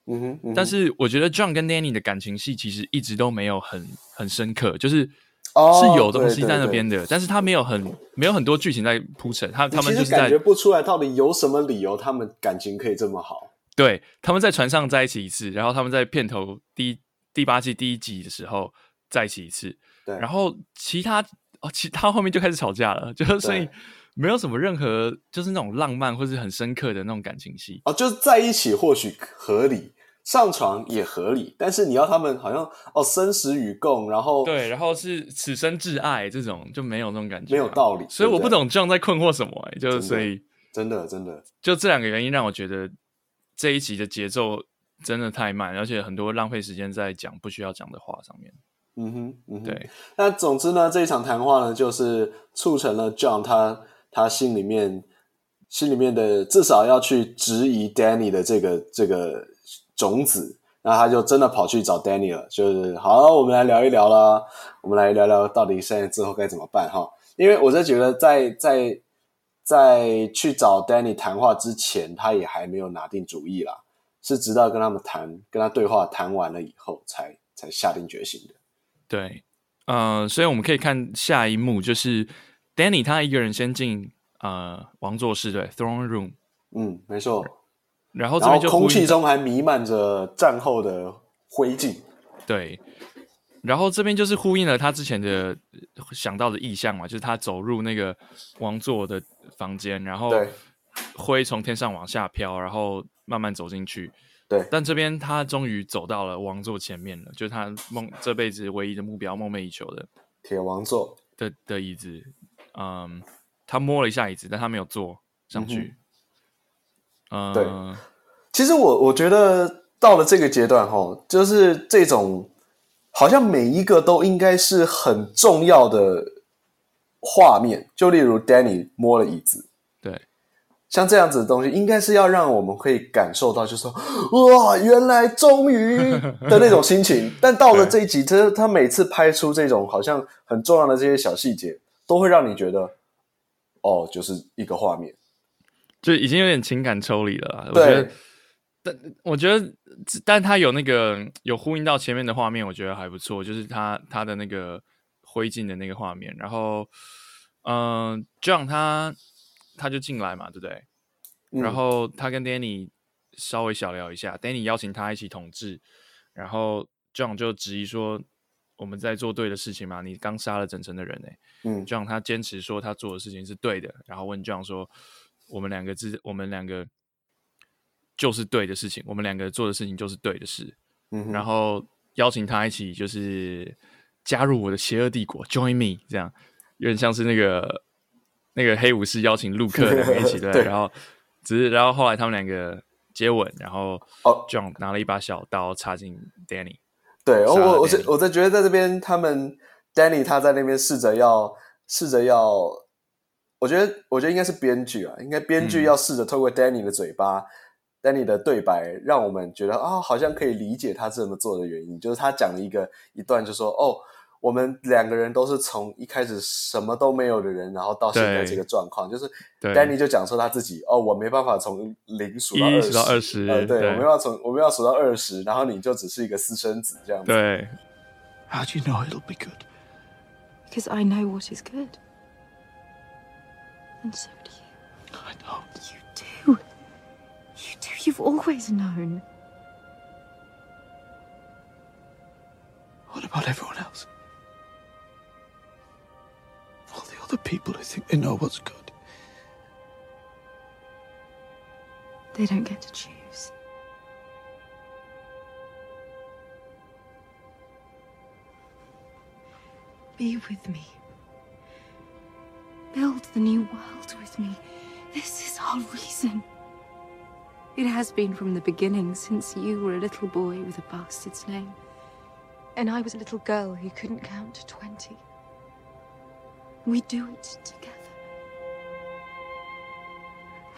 S1: 嗯哼，嗯哼
S2: 但是我觉得 John 跟 Danny 的感情戏其实一直都没有很很深刻，就是
S1: 哦
S2: 是有东西
S1: 对对
S2: 在那
S1: 对
S2: 边的，但是它没有很没有很多剧情在铺陈，他他
S1: 你
S2: 们
S1: 其
S2: 就
S1: 实
S2: 是
S1: 感
S2: 在
S1: 觉不出来到底有什么理由他们感情可以这么好。
S2: 对，他们在船上在一起一次，然后他们在片头第一第八季第一集的时候在一起一次，
S1: 对，
S2: 然后其他哦，其他后面就开始吵架了，就是所以
S1: 对
S2: 没有什么任何就是那种浪漫或是很深刻的那种感情戏。
S1: 哦，就是在一起或许合理，上床也合理，但是你要他们好像哦生死与共，然后
S2: 对，然后是此生挚爱这种就没有那种感觉、啊
S1: 没有道理，
S2: 所以我
S1: 对
S2: 不
S1: 对，
S2: 懂 John 在困惑什么、欸，就
S1: 真
S2: 是
S1: 的
S2: 所以
S1: 真的真的，
S2: 就这两个原因让我觉得这一集的节奏真的太慢，而且很多浪费时间在讲不需要讲的话上面。
S1: 嗯哼，嗯哼，
S2: 对，
S1: 那总之呢，这一场谈话呢，就是促成了 John 他他心里面心里面的至少要去质疑 Danny 的这个这个种子，那他就真的跑去找 Danny 了，就是好，我们来聊一聊啦，我们来聊聊到底现在之后该怎么办哈，因为我是觉得在在在去找 Danny 谈话之前，他也还没有拿定主意啦，是直到跟他们谈跟他对话谈完了以后才才下定决心的。
S2: 对，呃，所以我们可以看下一幕，就是 Danny 他一个人先进呃王座室，对，Throne Room，
S1: 嗯，没错。
S2: 然后这
S1: 然
S2: 边
S1: 后
S2: 就
S1: 空
S2: 呼应
S1: 气中还弥漫着战后的灰烬。
S2: 对，然后这边就是呼应了他之前的呃想到的意象嘛，就是他走入那个王座的房间，然后
S1: 对
S2: 灰从天上往下飘，然后慢慢走进去。
S1: 对
S2: 但这边他终于走到了王座前面了，就是他梦这辈子唯一的目标，梦寐以求的
S1: 铁王座，
S2: 的的椅子，嗯，他摸了一下椅子，但他没有坐上去。嗯
S1: 对其实我我觉得到了这个阶段哈，就是这种好像每一个都应该是很重要的画面，就例如 Danny 摸了椅子，
S2: 对
S1: 像这样子的东西，应该是要让我们可以感受到，就是说，哇，原来终 于的那种心情。但到了这一集，他他每次拍出这种好像很重要的这些小细节，都会让你觉得，哦，就是一个画面。
S2: 就已经有点情感抽离了啦。我觉
S1: 对
S2: 得，但我觉得，但他有那个有呼应到前面的画面，我觉得还不错，就是他他的那个灰烬的那个画面。然后，嗯、j o h n 他他就进来嘛，对不对？
S1: 嗯
S2: 然后他跟 Danny 稍微小聊一下，Danny 邀请他一起统治，然后 John 就质疑说：“我们在做对的事情吗？你刚杀了整城的人呢、欸
S1: 嗯
S2: John 他坚持说他做的事情是对的，然后问 John 说：“我们两个之，我们两个就是对的事情，我们两个做的事情就是对的事。
S1: 嗯哼，
S2: 然后邀请他一起就是加入我的邪恶帝国，Join me，这样有点像是那个那个黑武士邀请陆克两 个一起对，
S1: 对
S2: 然后只是然后后来他们两个接吻，然后
S1: 哦
S2: John 拿了一把小刀插进 Danny，
S1: 对，
S2: 杀了
S1: 我我是
S2: Danny
S1: 我在觉得在这边，他们 Danny 他在那边试着要试着要，我觉得我觉得应该是编剧啊，应该编剧
S2: 嗯
S1: 要试着透过 Danny 的嘴巴、d a n n y 的对白，让我们觉得啊、好像可以理解他这么做的原因，就是他讲了一个一段，就说哦，我们两个人都是从一开始什么都没有的人，然后到现在
S2: 对
S1: 这个状况，就是
S2: 对
S1: Danny 就讲说他自己哦，我没办法从零数到
S2: 一
S1: 二
S2: 数到
S1: 十，
S2: 20
S1: 呃对，
S2: 对
S1: 我们要从我们要数到二十，然后你就只是一个私生子这样子，
S2: 对
S3: How do you know it'll be good?
S4: Because I know what is good. And so do you.
S3: I know.
S4: You do. You do. You've always known.
S3: What about everyone else? All the other people who think they know what's good.
S4: They don't get to choose. Be with me. Build the new world with me. This is our reason. It has been from the beginning, since you were a little boy with a bastard's name. And I was a little girl who couldn't count to 20. We do it together.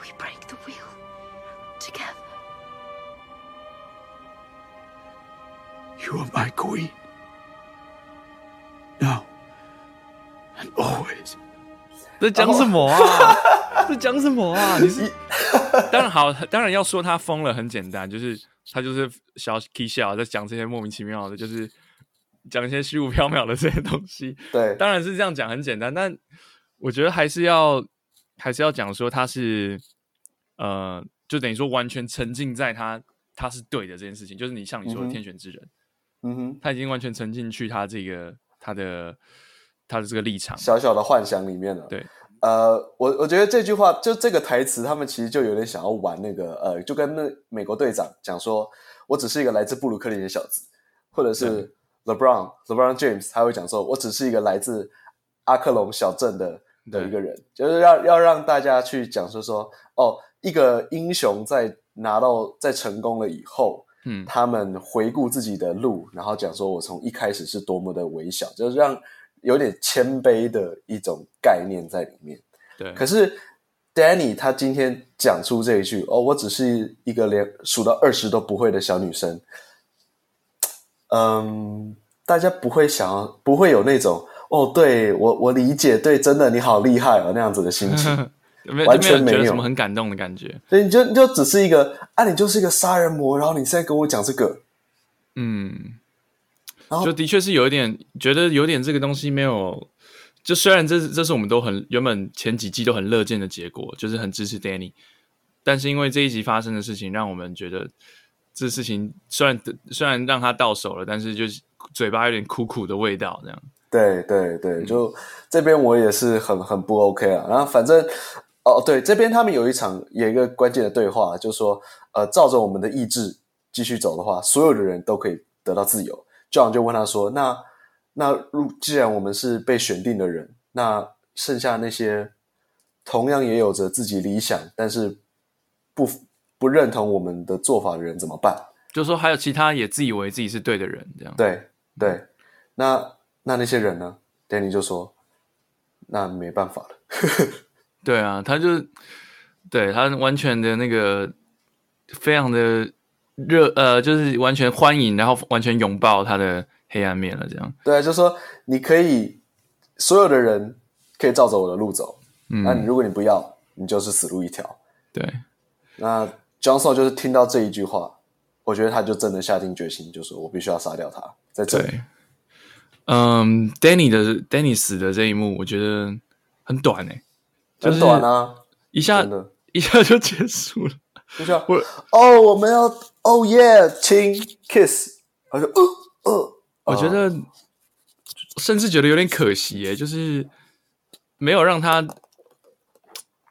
S4: We break the wheel together.
S3: You are my queen. Now. And always.
S2: 在讲什么啊？ 在讲什么啊？你是 当然好，当然要说他疯了，很简单，就是他就是小 K 笑在讲这些莫名其妙的，就是讲一些虚无缥缈的这些东西。
S1: 对，
S2: 当然是这样讲很简单，但我觉得还是要还是要讲说他是呃，就等于说完全沉浸在他他是对的这件事情，就是你像你
S1: 嗯
S2: 说的
S1: 哼
S2: 天选之人，
S1: 嗯哼，
S2: 他已经完全沉浸去他这个他的他的这个立场。
S1: 小小的幻想里面了。
S2: 对，
S1: 呃，我我觉得这句话就这个台词，他们其实就有点想要玩那个呃，就跟那美国队长讲说，我只是一个来自布鲁克林的小子，或者是 LeBron LeBron James，他会讲说，我只是一个来自阿克隆小镇的的
S2: 对
S1: 一个人，就是要要让大家去讲说说，哦，一个英雄在拿到在成功了以后，
S2: 嗯，
S1: 他们回顾自己的路，然后讲说我从一开始是多么的微小，就是让有点谦卑的一种概念在里面。
S2: 对，
S1: 可是 Danny 他今天讲出这一句哦，我只是一个连数到二十都不会的小女生，嗯，大家不会想要，不会有那种哦，对我我理解，对，真的你好厉害哦那样子的心 情。
S2: 没有
S1: 完
S2: 就
S1: 全
S2: 没有觉得
S1: 没有
S2: 什么很感动的感觉。
S1: 所以你就你就只是一个啊，你就是一个杀人魔，然后你现在跟我讲这个，
S2: 嗯
S1: 然，后
S2: 就的确是有一点觉得有点这个东西没有，就虽然这是这是我们都很原本前几季都很乐见的结果，就是很支持 Danny，但是因为这一集发生的事情，让我们觉得这事情虽然虽然让他到手了，但是就是嘴巴有点苦苦的味道，这样。
S1: 对对对，就这边我也是很很不 OK 啊。然后反正哦，对，这边他们有一场有一个关键的对话，就说呃，照着我们的意志继续走的话，所有的人都可以得到自由。John 就问他说：“那那如既然我们是被选定的人，那剩下那些同样也有着自己理想，但是不不认同我们的做法的人怎么办？”
S2: 就说还有其他也自以为自己是对的人，这样。
S1: 对对，那那那些人呢？Danny 就说：“那没办法了。
S2: 对啊，他就对他完全的那个非常的热呃，就是完全欢迎，然后完全拥抱他的黑暗面了，这样。”
S1: 对，啊就说你可以，所有的人可以照着我的路走。那你
S2: 嗯，
S1: 如果你不要，你就是死路一条。
S2: 对，
S1: 那 Johnson 就是听到这一句话，我觉得他就真的下定决心，就说我必须要杀掉他。在这里，
S2: 对，嗯，Danny 的 Danny 死的这一幕，我觉得很短诶、就是
S1: 很短啊，
S2: 一下
S1: 真的。
S2: 一下就结束了。
S1: 就像
S2: 我
S1: 哦，我们要哦耶，亲 kiss，他就呃呃，
S2: 我觉得，甚至觉得有点可惜耶，就是没有让他，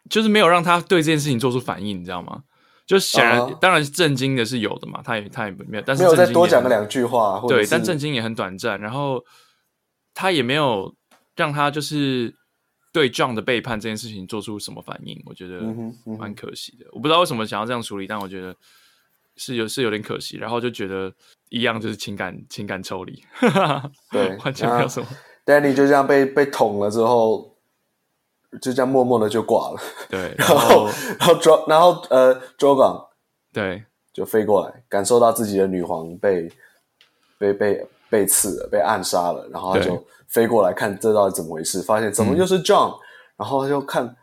S2: 就是没有让他对这件事情做出反应，你知道吗？就显然
S1: 啊哈
S2: 当然震惊的是有的嘛，他也他也没有，但是
S1: 没有再
S2: 震惊
S1: 多
S2: 也
S1: 讲
S2: 很
S1: 个两句话，或者
S2: 对，
S1: 是
S2: 但震惊也很短暂，然后他也没有让他就是对 John 的背叛这件事情做出什么反应，我觉得
S1: 嗯哼嗯哼
S2: 蛮可惜的。我不知道为什么想要这样处理，但我觉得是有是有点可惜，然后就觉得一样就是情感情感抽离，
S1: 对
S2: 完全没有 什么。
S1: Danny 就这样被被捅了之后，就这样默默的就挂了。
S2: 对，
S1: 然
S2: 然
S1: 后
S2: 后，
S1: 然后周，然后呃，周港
S2: 对
S1: 就飞过来，感受到自己的女皇被被被被刺了，被暗杀了，然后他
S2: 对
S1: 就飞过来看这到底怎么回事，发现怎么又是 John，、然后他就看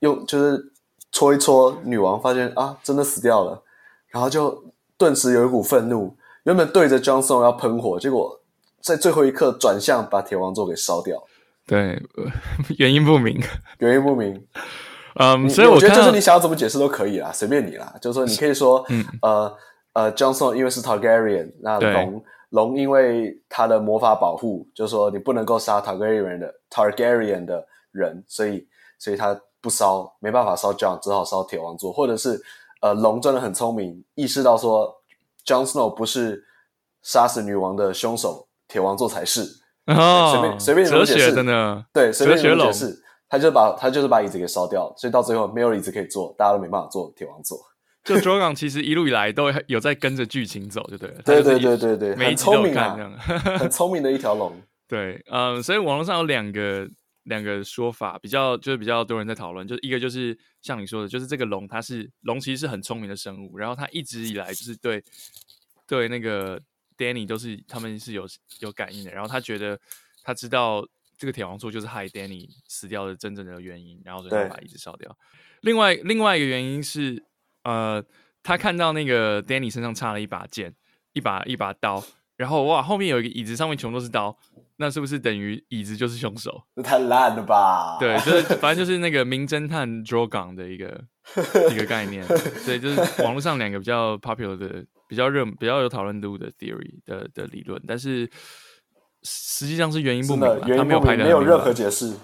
S1: 又就是戳一戳女王，发现啊真的死掉了，然后就顿时有一股愤怒，原本对着 Johnson 要喷火，结果在最后一刻转向把铁王座给烧掉，
S2: 对，呃 原因不明。
S1: 原因不明。
S2: 嗯，
S1: 你
S2: 所以
S1: 我觉得
S2: 看
S1: 就是
S2: 到嗯
S1: 你想要怎么解释都可以啦，随便你啦。就是说，你可以说，呃呃，Johnson 因为是 Targaryen，那
S2: 对
S1: 龙龙因为他的魔法保护，就是说你不能够杀 Targaryen 的 Targaryen 的人，所以所以他不烧，没办法烧 John，只好烧铁王座，或者是呃龙真的很聪明，意识到说 Jon Snow 不是杀死女王的凶手，铁王座才是。随
S2: 哦
S1: 便，随便你怎
S2: 哲
S1: 么解
S2: 学
S1: 释
S2: 的呢？
S1: 对，随便
S2: 哲学
S1: 你们
S2: 龙
S1: 解释，他就把他就是把椅子给烧掉，所以到最后没有椅子可以坐，大家都没办法坐铁王 座。
S2: 就卓港其实一路以来都有在跟着剧情走，就对了。
S1: 对
S2: 他就
S1: 对
S2: 是一
S1: 对对对，
S2: 每一
S1: 很
S2: 集都有
S1: 聪明
S2: 看
S1: 啊
S2: 这，样。
S1: 很聪明的一条龙。
S2: 对，嗯，所以网络上有两个两个说法，比较就是比较多人在讨论，就是一个就是像你说的，就是这个龙它是龙其实是很聪明的生物，然后它一直以来就是对对那个 Danny 都是他们是有有感应的，然后他觉得他知道这个铁王座就是害 Danny 死掉的真正的原因，然后所以
S1: 对
S2: 他把一直烧掉。另外另外一个原因是，呃，他看到那个 Danny 身上插了一把剑，一把一把刀，然后哇，后面有一个椅子，上面全部都是刀，那是不是等于椅子就是凶手？
S1: 这太烂了吧？
S2: 对，就是反正就是那个名侦探 Drogon 的一个一个概 念，所以就是网络上两个比较 popular 的、比较热、比较有讨论度的 theory 的的理论，但是实际上是原因不
S1: 真
S2: 明
S1: 的
S2: 啦，
S1: 原
S2: 他
S1: 因
S2: 没有
S1: 不
S2: 拍
S1: 明，
S2: 的
S1: 没有任何解释。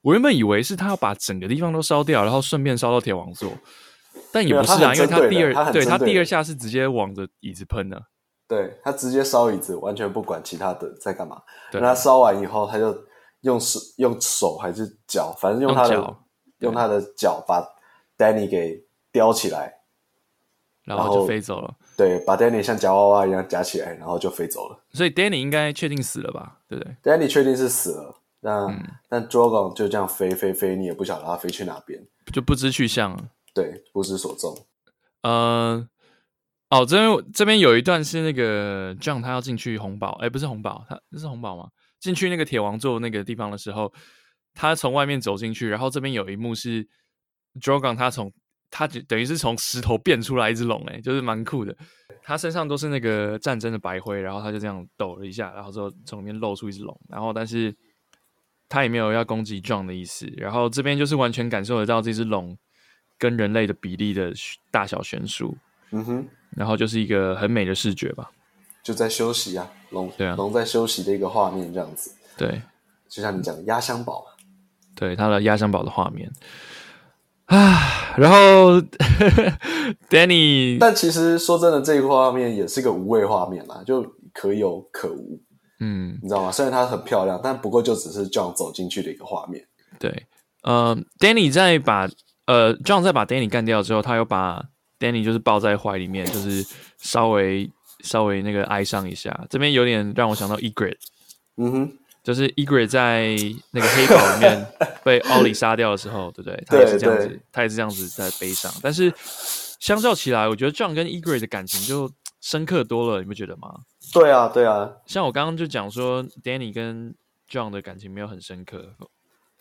S2: 我原本以为是他要把整个地方都烧掉，然后顺便烧到铁王座，但也
S1: 没有
S2: 不是
S1: 他
S2: 啊，
S1: 很
S2: 因为
S1: 针对的
S2: 第二
S1: 他很
S2: 对
S1: 针
S2: 他
S1: 对
S2: 第
S1: 的
S2: 二下是直接往着椅子喷的，
S1: 对他直接烧椅子，完全不管其他的在干嘛。
S2: 对
S1: 那他烧完以后，他就用手用手还是脚，反正用
S2: 用
S1: 他的
S2: 脚对
S1: 用他的脚把 Danny 给叼起来，
S2: 然
S1: 然
S2: 后
S1: 后
S2: 就飞走了。
S1: 对，把 Danny 像夹娃娃一样夹起来，然后就飞走了。
S2: 所以 Danny 应该确定死了吧？对不对？
S1: Danny 确定是死了，那、
S2: 嗯
S1: 但 Drogon 就这样飞飞飞，你也不晓得他飞去哪边，
S2: 就不知去向啊了。
S1: 对，不知所踪。
S2: 呃，哦，这边这边有一段是那个 John 他要进去红堡，哎，不是红堡，他这是红堡吗？进去那个铁王座那个地方的时候，他从外面走进去，然后这边有一幕是 Drogon 他从他就等于是从石头变出来一只龙，哎，就是蛮酷的。他身上都是那个战争的白灰，然后他就这样抖了一下，然后之后从里面露出一只龙，然后但是他也没有要攻击 John 的意思。然后这边就是完全感受得到这只龙跟人类的比例的大小悬殊，
S1: 嗯哼，
S2: 然后就是一个很美的视觉吧。
S1: 就在休息啊，龙
S2: 对啊
S1: 龙在休息的一个画面这样子，
S2: 对，
S1: 就像你讲的压箱宝嘛。
S2: 对，他的压箱宝的画面啊，然后 Danny
S1: 但其实说真的，这一画面也是个无谓画面啦，就可有可无，
S2: 嗯，
S1: 你知道吗？虽然它很漂亮，但不过就只是 John 走进去的一个画面。
S2: 对，呃，Danny 在把呃 John 在把 Danny 干掉之后，他又把 Danny 就是抱在怀里面，就是稍微稍微那个哀伤一下。这边有点让我想到 Egret，
S1: 嗯哼，
S2: 就是 Egret 在那个黑堡 里面被奥利杀掉的时候，对不对？他
S1: 对
S2: 也是这样
S1: 对
S2: 子，他也是这样子在悲伤。但是相较起来，我觉得 John 跟 Egret 的感情就深刻多了，你不觉得吗？
S1: 对啊，对啊，
S2: 像我刚刚就讲说，Danny 跟 John 的感情没有很深刻，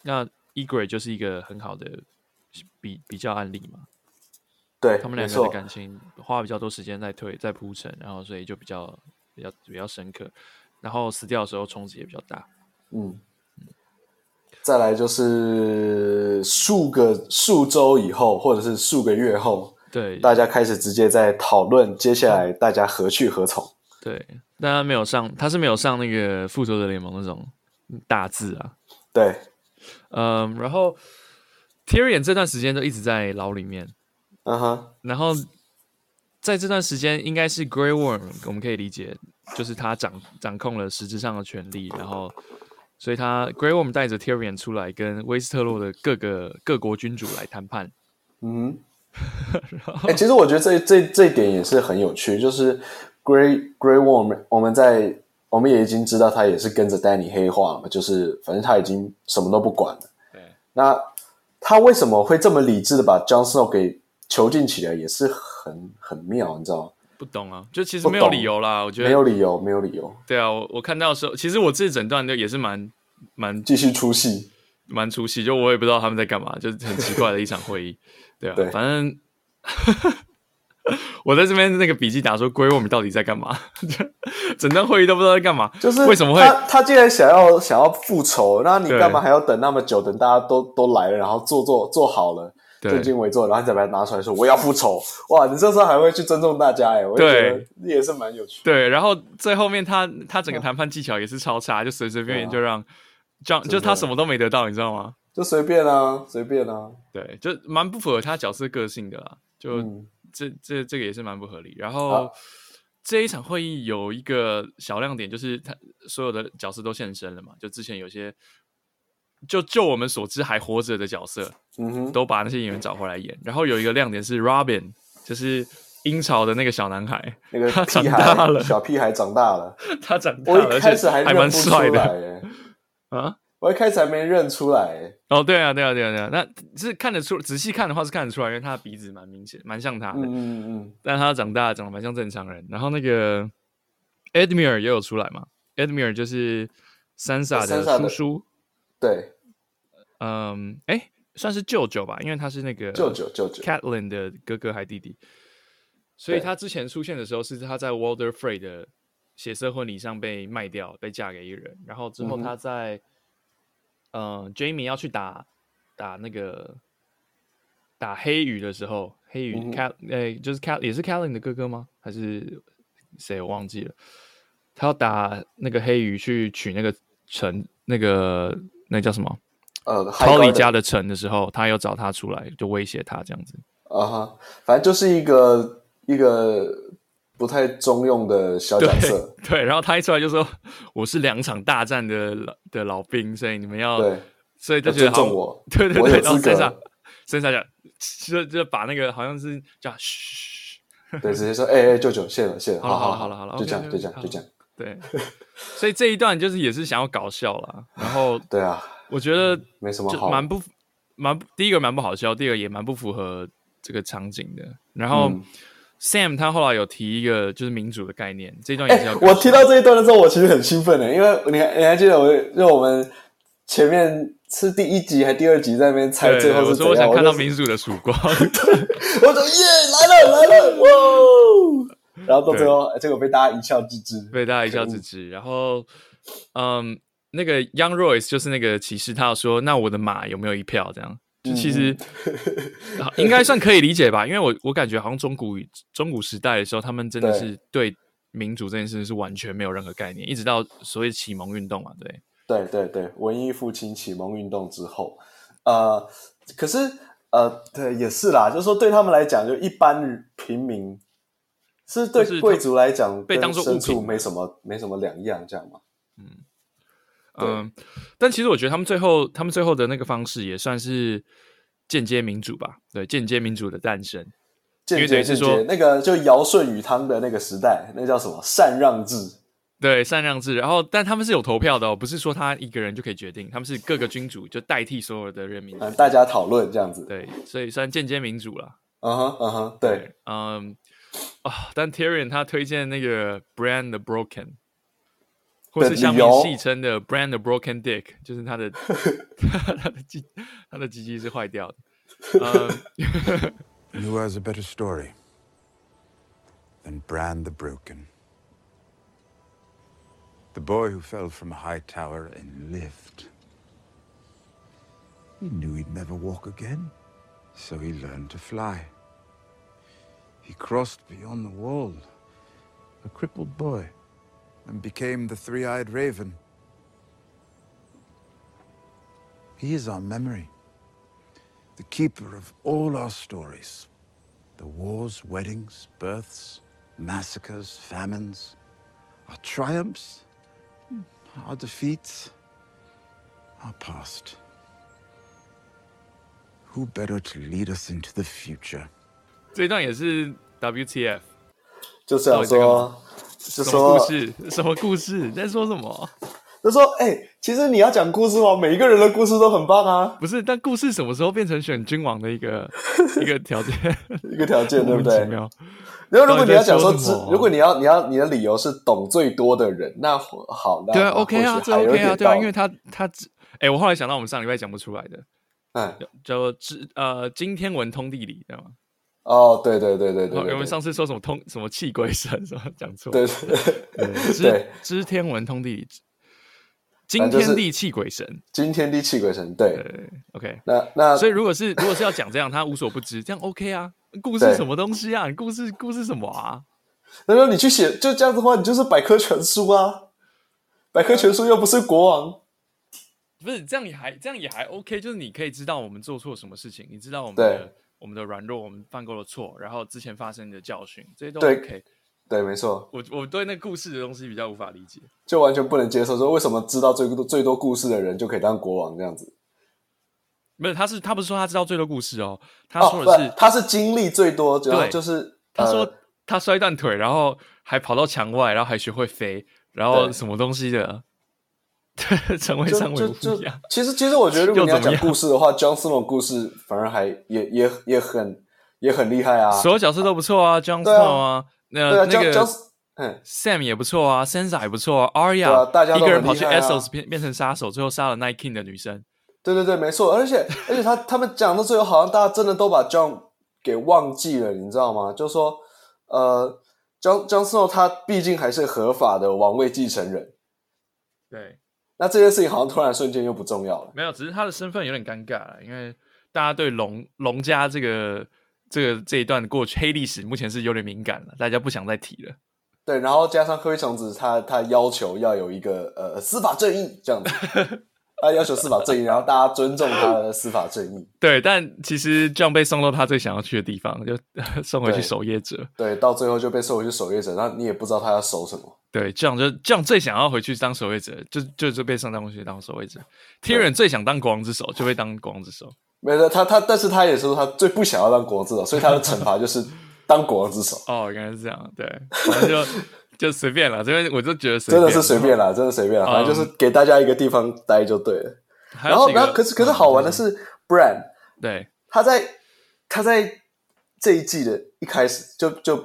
S2: 那 Egret 就是一个很好的比比较案例嘛。
S1: 对，
S2: 他
S1: 没
S2: 们两个的
S1: 错，
S2: 感情花比较多时间在推在铺陈，然后所以就比较比较比较深刻，然后死掉的时候冲击也比较大。
S1: 嗯。再来就是数个数周以后，或者是数个月后，
S2: 对
S1: 大家开始直接在讨论接下来大家何去何从。
S2: 对，但他没有上，他是没有上那个复仇者联盟那种大字啊，
S1: 对，
S2: 嗯，然后 Tyrion 这段时间都一直在牢里面，
S1: 嗯哼，
S2: 然后在这段时间，应该是 Grey Worm，我们可以理解，就是他掌掌控了实质上的权利，然后，所以他 Grey Worm 带着 Tyrion 出来，跟威斯特洛的各个各国君主来谈判。
S1: 嗯哼。哎、其实我觉得这这这一点也是很有趣，就是 Grey Grey Worm，我们我们在我们也已经知道他也是跟着 Danny 黑化了嘛，就是反正他已经什么都不管了。
S2: 对，
S1: 那他为什么会这么理智的把 Jon Snow 给囚禁起来，也是很很妙，你知道吗？
S2: 不懂啊，就其实
S1: 不
S2: 没有
S1: 懂
S2: 理由啦，我觉
S1: 没有
S2: 得
S1: 理由，没有理由，
S2: 对啊，我我看到的时候，其实我自己整段就也是蛮蛮
S1: 继续出戏。
S2: 蛮出戏，就我也不知道他们在干嘛，就是很奇怪的一场 会议，对啊，
S1: 对
S2: 反正 我在这边那个笔记打说归我们到底在干嘛， 整段会议都不知道在干嘛，
S1: 就是
S2: 为什么会
S1: 他他既然想要想要复仇，那你
S2: 对
S1: 干嘛还要等那么久？等大家都都来了，然后做做做好了，
S2: 对
S1: 正襟危坐，然后你再把它拿出来说我要复 仇。哇，你这时候还会去尊重大家哎、我就觉得
S2: 对
S1: 这也是蛮有趣的。
S2: 对，然后最后面他他整个谈判技巧也是超差，就随随便便就让这样，就
S1: 嗯啊真的
S2: 他什么都没得到，你知道吗？
S1: 就随便啊，随便啊，
S2: 对，就蛮不符合他角色个性的啦，就、
S1: 嗯
S2: 这这这个也是蛮不合理。然
S1: 好
S2: 后这一场会议有一个小亮点，就是他所有的角色都现身了嘛，就之前有些就就我们所知还活着的角色，
S1: 嗯哼，
S2: 都把那些演员找回来演。然后有一个亮点是 Robin，就是英朝的那个小男孩，
S1: 那个
S2: 他长
S1: 屁
S2: 大
S1: 孩
S2: 了，
S1: 小屁孩长大了，
S2: 他长大
S1: 我
S2: 了，
S1: 一开始
S2: 而且还
S1: 认
S2: 蛮
S1: 不出来
S2: 帅的
S1: 哎、
S2: 啊。
S1: 我一开始还没认出来、哎
S2: 哦，对啊，对啊，对啊，对啊，那是看得出，仔细看的话是看得出来，因为他的鼻子蛮明显，蛮像他的。
S1: 嗯嗯嗯
S2: 但他长大长得蛮像正常人。然后那个 Edmure 也有出来嘛，Edmure 就是
S1: 呃
S2: Sansa 的
S1: Sansa
S2: 叔
S1: 的
S2: 叔，
S1: 对，
S2: 嗯，哎，算是舅舅吧，因为他是那个
S1: 舅舅舅舅
S2: c a t l i n 的哥哥还弟弟，所以
S1: 对
S2: 他之前出现的时候是他在 Walder Frey 的血色婚礼上被卖掉，被嫁给一个人，然后之后
S1: 嗯哼
S2: 他在，呃，Jamie 要去打打那个打黑鱼的时候，黑鱼
S1: 嗯哼
S2: Cat 哎、就是 Cat 也是 Catelyn 的哥哥吗？还是谁？我忘记了。他要打那个黑鱼去取那个城，那个那叫什么？
S1: 呃，海
S2: 逃
S1: 关
S2: 离
S1: 的
S2: 家的城的时候，他又找他出来，就威胁他这样子。
S1: 啊哈，反正就是一个一个不太中用的小角色，
S2: 对对，然后他一出来就说：“我是两场大战的老的老兵，所以你们要
S1: 对，
S2: 所哦以就
S1: 要
S2: 觉
S1: 尊
S2: 得好像
S1: 重 我
S2: 对对
S1: 我
S2: 对，
S1: 有
S2: 然后
S1: 资格
S2: 身上身上讲，就就把那个好像是叫嘘，
S1: 对，直接说，哎哎，舅舅，谢了谢了，
S2: 好了
S1: 好
S2: 好了好了
S1: 就这样
S2: OK，OK，
S1: 就这样
S2: 好
S1: 就这样，
S2: 对，所以这一段就是也是想要搞笑啦。然后
S1: 对啊，
S2: 我觉得
S1: 没什么
S2: 就
S1: 好，
S2: 蛮不蛮不第一个蛮不好笑，第二个也蛮不符合这个场景的。然后、
S1: 嗯
S2: Sam 他后来有提一个就是民主的概念，这一段也是
S1: 哎
S2: 要、，
S1: 我听到这一段的时候，我其实很兴奋的，因为你还你还记得我，因为我们前面是第一集还第二集在那边猜
S2: 对
S1: 最后
S2: 我
S1: 是
S2: 说
S1: 怎
S2: 我
S1: 样，
S2: 想
S1: 我
S2: 看到
S1: 就
S2: 民主的曙光，
S1: 我说耶，来了来了，哇！然后到最后，哎结果被大家一笑置之，
S2: 被大家一笑置之。然后，嗯，那个 Young Royce 就是那个骑士，他有说：“那我的马有没有一票？”这样，就其实、
S1: 嗯
S2: 好应该算可以理 解吧，因为我我感觉好像中古中古时代的时候，他们真的
S1: 对
S2: 是对民主这件事是完全没有任何概念，一直到所谓启蒙运动嘛，对，
S1: 对对对，文艺复兴启蒙运动之后，呃，可是呃，对，也是啦，就是说对他们来讲，就一般平民是对
S2: 就是他
S1: 贵族来讲
S2: 被
S1: 跟
S2: 当作物
S1: 牲畜
S2: 品
S1: 没什么没什么两样，这样嘛。对
S2: 嗯，但其实我觉得他们最后他们最后的那个方式也算是间接民主吧，对，间接民主的诞生。因
S1: 间
S2: 为等于
S1: 接
S2: 是
S1: 间
S2: 说
S1: 接，那个就尧舜禹汤的那个时代，那叫什么禅让制？
S2: 对，禅让制。然后，但他们是有投票的哦，不是说他一个人就可以决定，他们是各个君主就代替所有的人民决
S1: 嗯、
S2: 定。
S1: 大家讨论这样子。
S2: 对，所以算间接民主了。
S1: 嗯哼嗯哼，对，，
S2: 嗯啊，但 Tyrion 他推荐那个 Brand the Broken，或
S1: 的
S2: 是下
S1: 理
S2: 面
S1: 由
S2: 戏称的 Brand the Broken Dick，就是 他的 他的鸡他的鸡鸡是坏掉的。嗯，
S3: And Who has a better story than Bran the Broken? The boy who fell from a high tower and lived. He knew he'd never walk again, so he learned to fly. He crossed beyond the wall, a crippled boy, and became the three eyed raven. He is our memory the keeper of all our stories. The wars, weddings, births, massacres, famines, our triumphs, our defeats, our past. Who better to lead us into the future?
S2: 这一段也是 WTF，
S1: 就这样
S2: 到底在干
S1: 说
S2: 嘛，
S1: 就
S2: 什
S1: 说
S2: 么故事？什么故事？你在说什么？
S1: 就说，哎、其实你要讲故事哦，每一个人的故事都很棒啊，
S2: 不是，但故事什么时候变成选君王的 一个一个条件？
S1: 一个条件，对不
S2: 莫名
S1: 对
S2: 其？妙
S1: 然后如果你要讲说
S2: 到底
S1: 知
S2: 在说什么，啊
S1: 如果你要你要你的理由是懂最多的人，那或好，那
S2: 对啊
S1: 那
S2: ，OK 啊，
S1: 或许
S2: 这
S1: 还有
S2: OK 啊，
S1: 点
S2: 对啊，
S1: 道
S2: 因为
S1: 理
S2: 他他只，哎，我后来想到我们上礼拜讲不出来的，
S1: 嗯，
S2: 叫知呃今天文通地理，知道吗？
S1: 哦，对对对对对
S2: 然后
S1: 对，
S2: 我们
S1: 对
S2: 上次说什么通什么气鬼神什么讲错，
S1: 对对，
S2: 对，知
S1: 对
S2: 知天文通地理，惊
S1: 反正就是
S2: 天地泣鬼神，
S1: 惊天地泣鬼神，对，
S2: 对，OK。
S1: 那那
S2: 所以如果是如果是要讲这样，他无所不知，这样 OK 啊？故事
S1: 对
S2: 什么东西啊？你故事故事什么啊？
S1: 那说你去写就这样子的话，你就是百科全书啊，百科全书又不是国王，
S2: 不是这样也还这样也还 OK，就是你可以知道我们做错什么事情，你知道我们
S1: 对
S2: 的我们的软弱，我们犯过的错，然后之前发生的教训，这些都
S1: 对
S2: OK。
S1: 对，没错，
S2: 我我对那故事的东西比较无法理解，
S1: 就完全不能接受说为什么知道最多最多故事的人就可以当国王这样子。
S2: 没有，他是他不是说他知道最多故事哦，他
S1: 哦，
S2: 说
S1: 不
S2: 的是、
S1: 他是经历最多，然后
S2: 对
S1: 就是
S2: 他说、
S1: 呃
S2: 他摔断腿，然后还跑到墙外，然后还学会飞，然后
S1: 对
S2: 什么东西的， 成为
S1: 就
S2: 上尉
S1: 就
S2: 不
S1: 就
S2: 一样。，
S1: 其实其实我觉得，如果你要
S2: 又怎么
S1: 讲
S2: 样
S1: 故事的话，John Snow 的故事反而还也也也很也很厉害啊。
S2: 所有角色都不错啊，Jon
S1: 对啊
S2: Snow 啊，那、
S1: 对啊
S2: 那个
S1: ，John John，嗯，
S2: Sam 也不错啊，Sansa 也不错啊，Arya、
S1: 对啊大家
S2: 一
S1: 都
S2: 个人
S1: 很
S2: 跑去
S1: 厉害啊
S2: Essos 变变成杀手，最后杀了 Night King 的女生。
S1: 对对对，没错。而且而且他他们讲到最后，好像大家真的都把 John 给忘记了，你知道吗？就说呃，江江 Snow 他毕竟还是合法的王位继承人，
S2: 对，
S1: 那这件事情好像突然瞬间又不重要了。
S2: 没有，只是他的身份有点尴尬啦，因为大家对龙龙家这个这个这一段过去黑历史，目前是有点敏感了，大家不想再提了。
S1: 对，然后加上灰虫子他他要求要有一个呃司法正义这样 子，他要求司法正义，然后大家尊重他的司法正义。
S2: 对，但其实这样被送到他最想要去的地方，就 送回去
S1: 对
S2: 守夜者。
S1: 对，到最后就被收回去守夜者，然后你也不知道他要守什么。
S2: 对，这样就这样最想要回去当守卫者，就就是被上当去当守卫者。Tyrion 最想当国王之手，就被当国王之手。
S1: 没有他他，但是他也说他最不想要当国王之首，所以他的惩罚就是当国王之 首，
S2: 哦，原来是这样，对，反正就 就随便了，这边我就觉得随
S1: 真的
S2: 便
S1: 是随便啦，真的随便啦，反正就是给大家一个地方待就对了。
S2: 嗯还有
S1: 然后，
S2: 几个嗯
S1: 然后可是可是好玩的是，Bran
S2: 对
S1: 他在他在这一季的一开始就就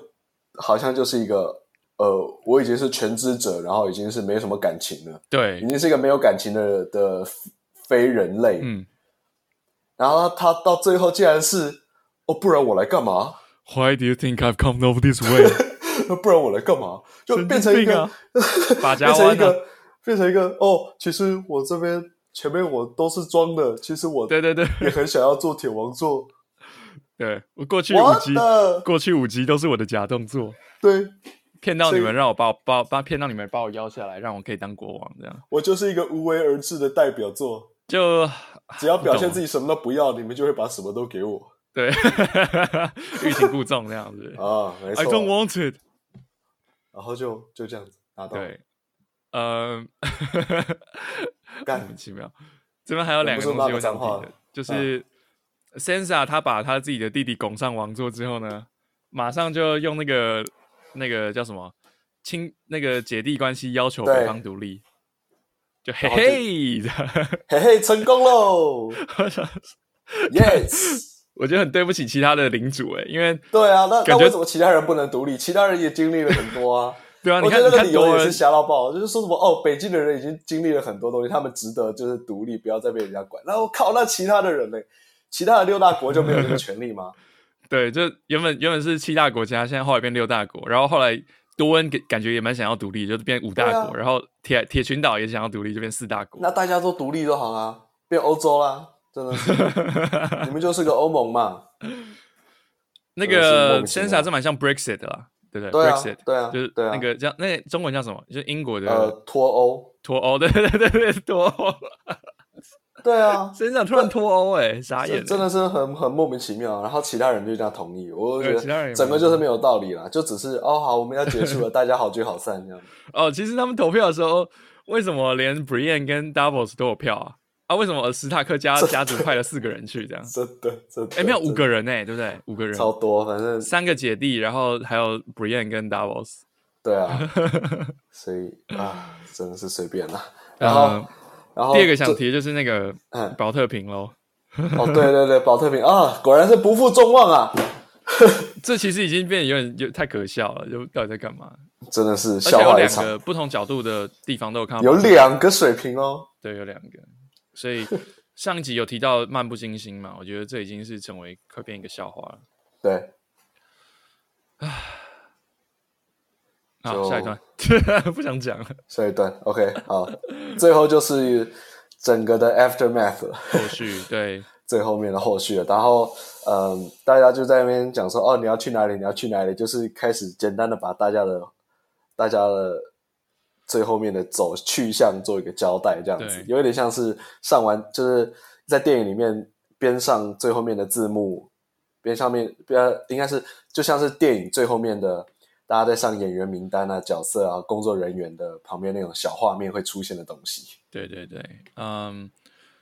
S1: 好像就是一个呃，我已经是全知者，然后已经是没什么感情了，已
S2: 对，
S1: 经是一个没有感情的的非人类。
S2: 嗯，
S1: 然后他他到最后竟然是哦，不然我来干嘛？
S2: Why do you think I've come over this way？
S1: 不然我来干嘛？就变成一个，
S2: 法啊家
S1: 变成
S2: 湾
S1: 一
S2: 呢？
S1: 个，变成一个哦。其实我这边前面我都是装的，其实我
S2: 对对对
S1: 也很想要做铁王座。
S2: 对，我过去五
S1: 我
S2: 集，
S1: 的
S2: 过去五集都是我的假动作，
S1: 对
S2: 骗到你
S1: 所
S2: 们
S1: 以
S2: 让我把我把把骗到你们把我邀下来，让我可以当国王这样。
S1: 我就是一个无为而治的代表作，
S2: 就
S1: 只要表
S2: 啊不懂
S1: 现自己什么都不要，你们就会把什么都给我
S2: 对，欲擒故纵这样子。
S1: 啊，没
S2: I don't
S1: 错。
S2: want it。
S1: 然后就就这样子拿到，
S2: 对，呃， 莫名
S1: 干
S2: 其妙。这边还有两个东西我想
S1: 我不是
S2: 提
S1: 骂个脏
S2: 的
S1: 话，
S2: 就是 Sansa 她把她自己的弟弟拱上王座之后呢，马上就用那个那个叫什么亲那个姐弟关系要求
S1: 对
S2: 北方独立，就嘿
S1: 后就
S2: 嘿 的。
S1: 嘿嘿，成功 喽！Yes，
S2: 我觉得很对不起其他的领主哎、因为
S1: 对啊，那那
S2: 感觉
S1: 为什么其他人不能独立？其他人也经历了很多啊。
S2: 对 啊，你
S1: 我觉
S2: 看
S1: 得那
S2: 你
S1: 个
S2: 看
S1: 理由
S2: 多
S1: 也
S2: 人
S1: 是瞎到爆，就是说什么哦，北京的人已经经历了很多东西，他们值得就是独立，不要再被人家管。然后靠，那其他的人呢？其他的六大国就没有这个权利吗？
S2: 对，就原本原本是七大国家，现在后来变六大国，然后后来多恩给感觉也蛮想要独立，就变五大
S1: 对啊
S2: 国，然后铁铁群岛也想要独立，就变四大国。
S1: 那大家都独立就好啊，变欧洲啦，真 的是，你们就是个欧盟嘛？
S2: 那
S1: 真的是莫
S2: 个
S1: 名其
S2: Sensa
S1: 妙
S2: 这蛮像 Brexit 的啦，对不对
S1: 啊对啊
S2: b r e x i t
S1: 对啊
S2: 就是
S1: 对啊
S2: 那个叫那中文叫什么？就是英国
S1: 呃
S2: 的，
S1: 脱欧，
S2: 脱欧，对对对对，脱 欧。
S1: 对啊，
S2: Sensa 突然脱欧，哎，傻眼
S1: 这
S2: 欸，
S1: 真的是很很莫名其妙。然后其他人就这样同意，我就
S2: 对啊其
S1: 觉
S2: 他人
S1: 得
S2: 也没
S1: 整个就是没有道理啦，就只是哦好，我们要结束了，大家好聚好散这 样。
S2: 哦。其实他们投票的时候，为什么连 Brienne 跟 Davos 都有票啊？啊，为什么史塔克家家族派了四个人去这 样？
S1: 真的真的，
S2: 哎，没有五
S1: 真的
S2: 个人哎，对不对？五个人，
S1: 超多，反正
S2: 三个姐弟，然后还有 Brienne 跟 Davos。
S1: 对 啊，所以啊，真的是随便啦。然后，
S2: 嗯
S1: 然后
S2: 第二个想
S1: 哦这
S2: 提的就是那个
S1: 嗯
S2: 保特瓶喽，
S1: 哦，对对对，保特瓶啊，果然是不负众望啊，
S2: 这其实已经变得有点有太可笑了，就到底在干嘛？
S1: 真的是
S2: 而且
S1: 笑
S2: 有
S1: 话一
S2: 两
S1: 场，
S2: 个不同角度的地方都有看到
S1: 有
S2: 保特瓶，
S1: 两个水平哦，
S2: 对，有两个。所以上一集有提到漫不经心嘛，我觉得这已经是成为快变一个笑话了。
S1: 对，
S2: 好，
S1: 就
S2: 下一段 不想讲了，
S1: 下一段 OK 好，最后就是整个的 aftermath 了。
S2: 后续对
S1: 最后面的后续了，然后嗯、大家就在那边讲说哦，你要去哪里？你要去哪里？就是开始简单的把大家的大家的最后面的走去向做一个交代，这样子
S2: 对，
S1: 有点像是上完就是在电影里面边上最后面的字幕，边上面边应该是就像是电影最后面的。大家在上演员名单啊、角色啊、工作人员的旁边那种小画面会出现的东西，
S2: 对对对，嗯，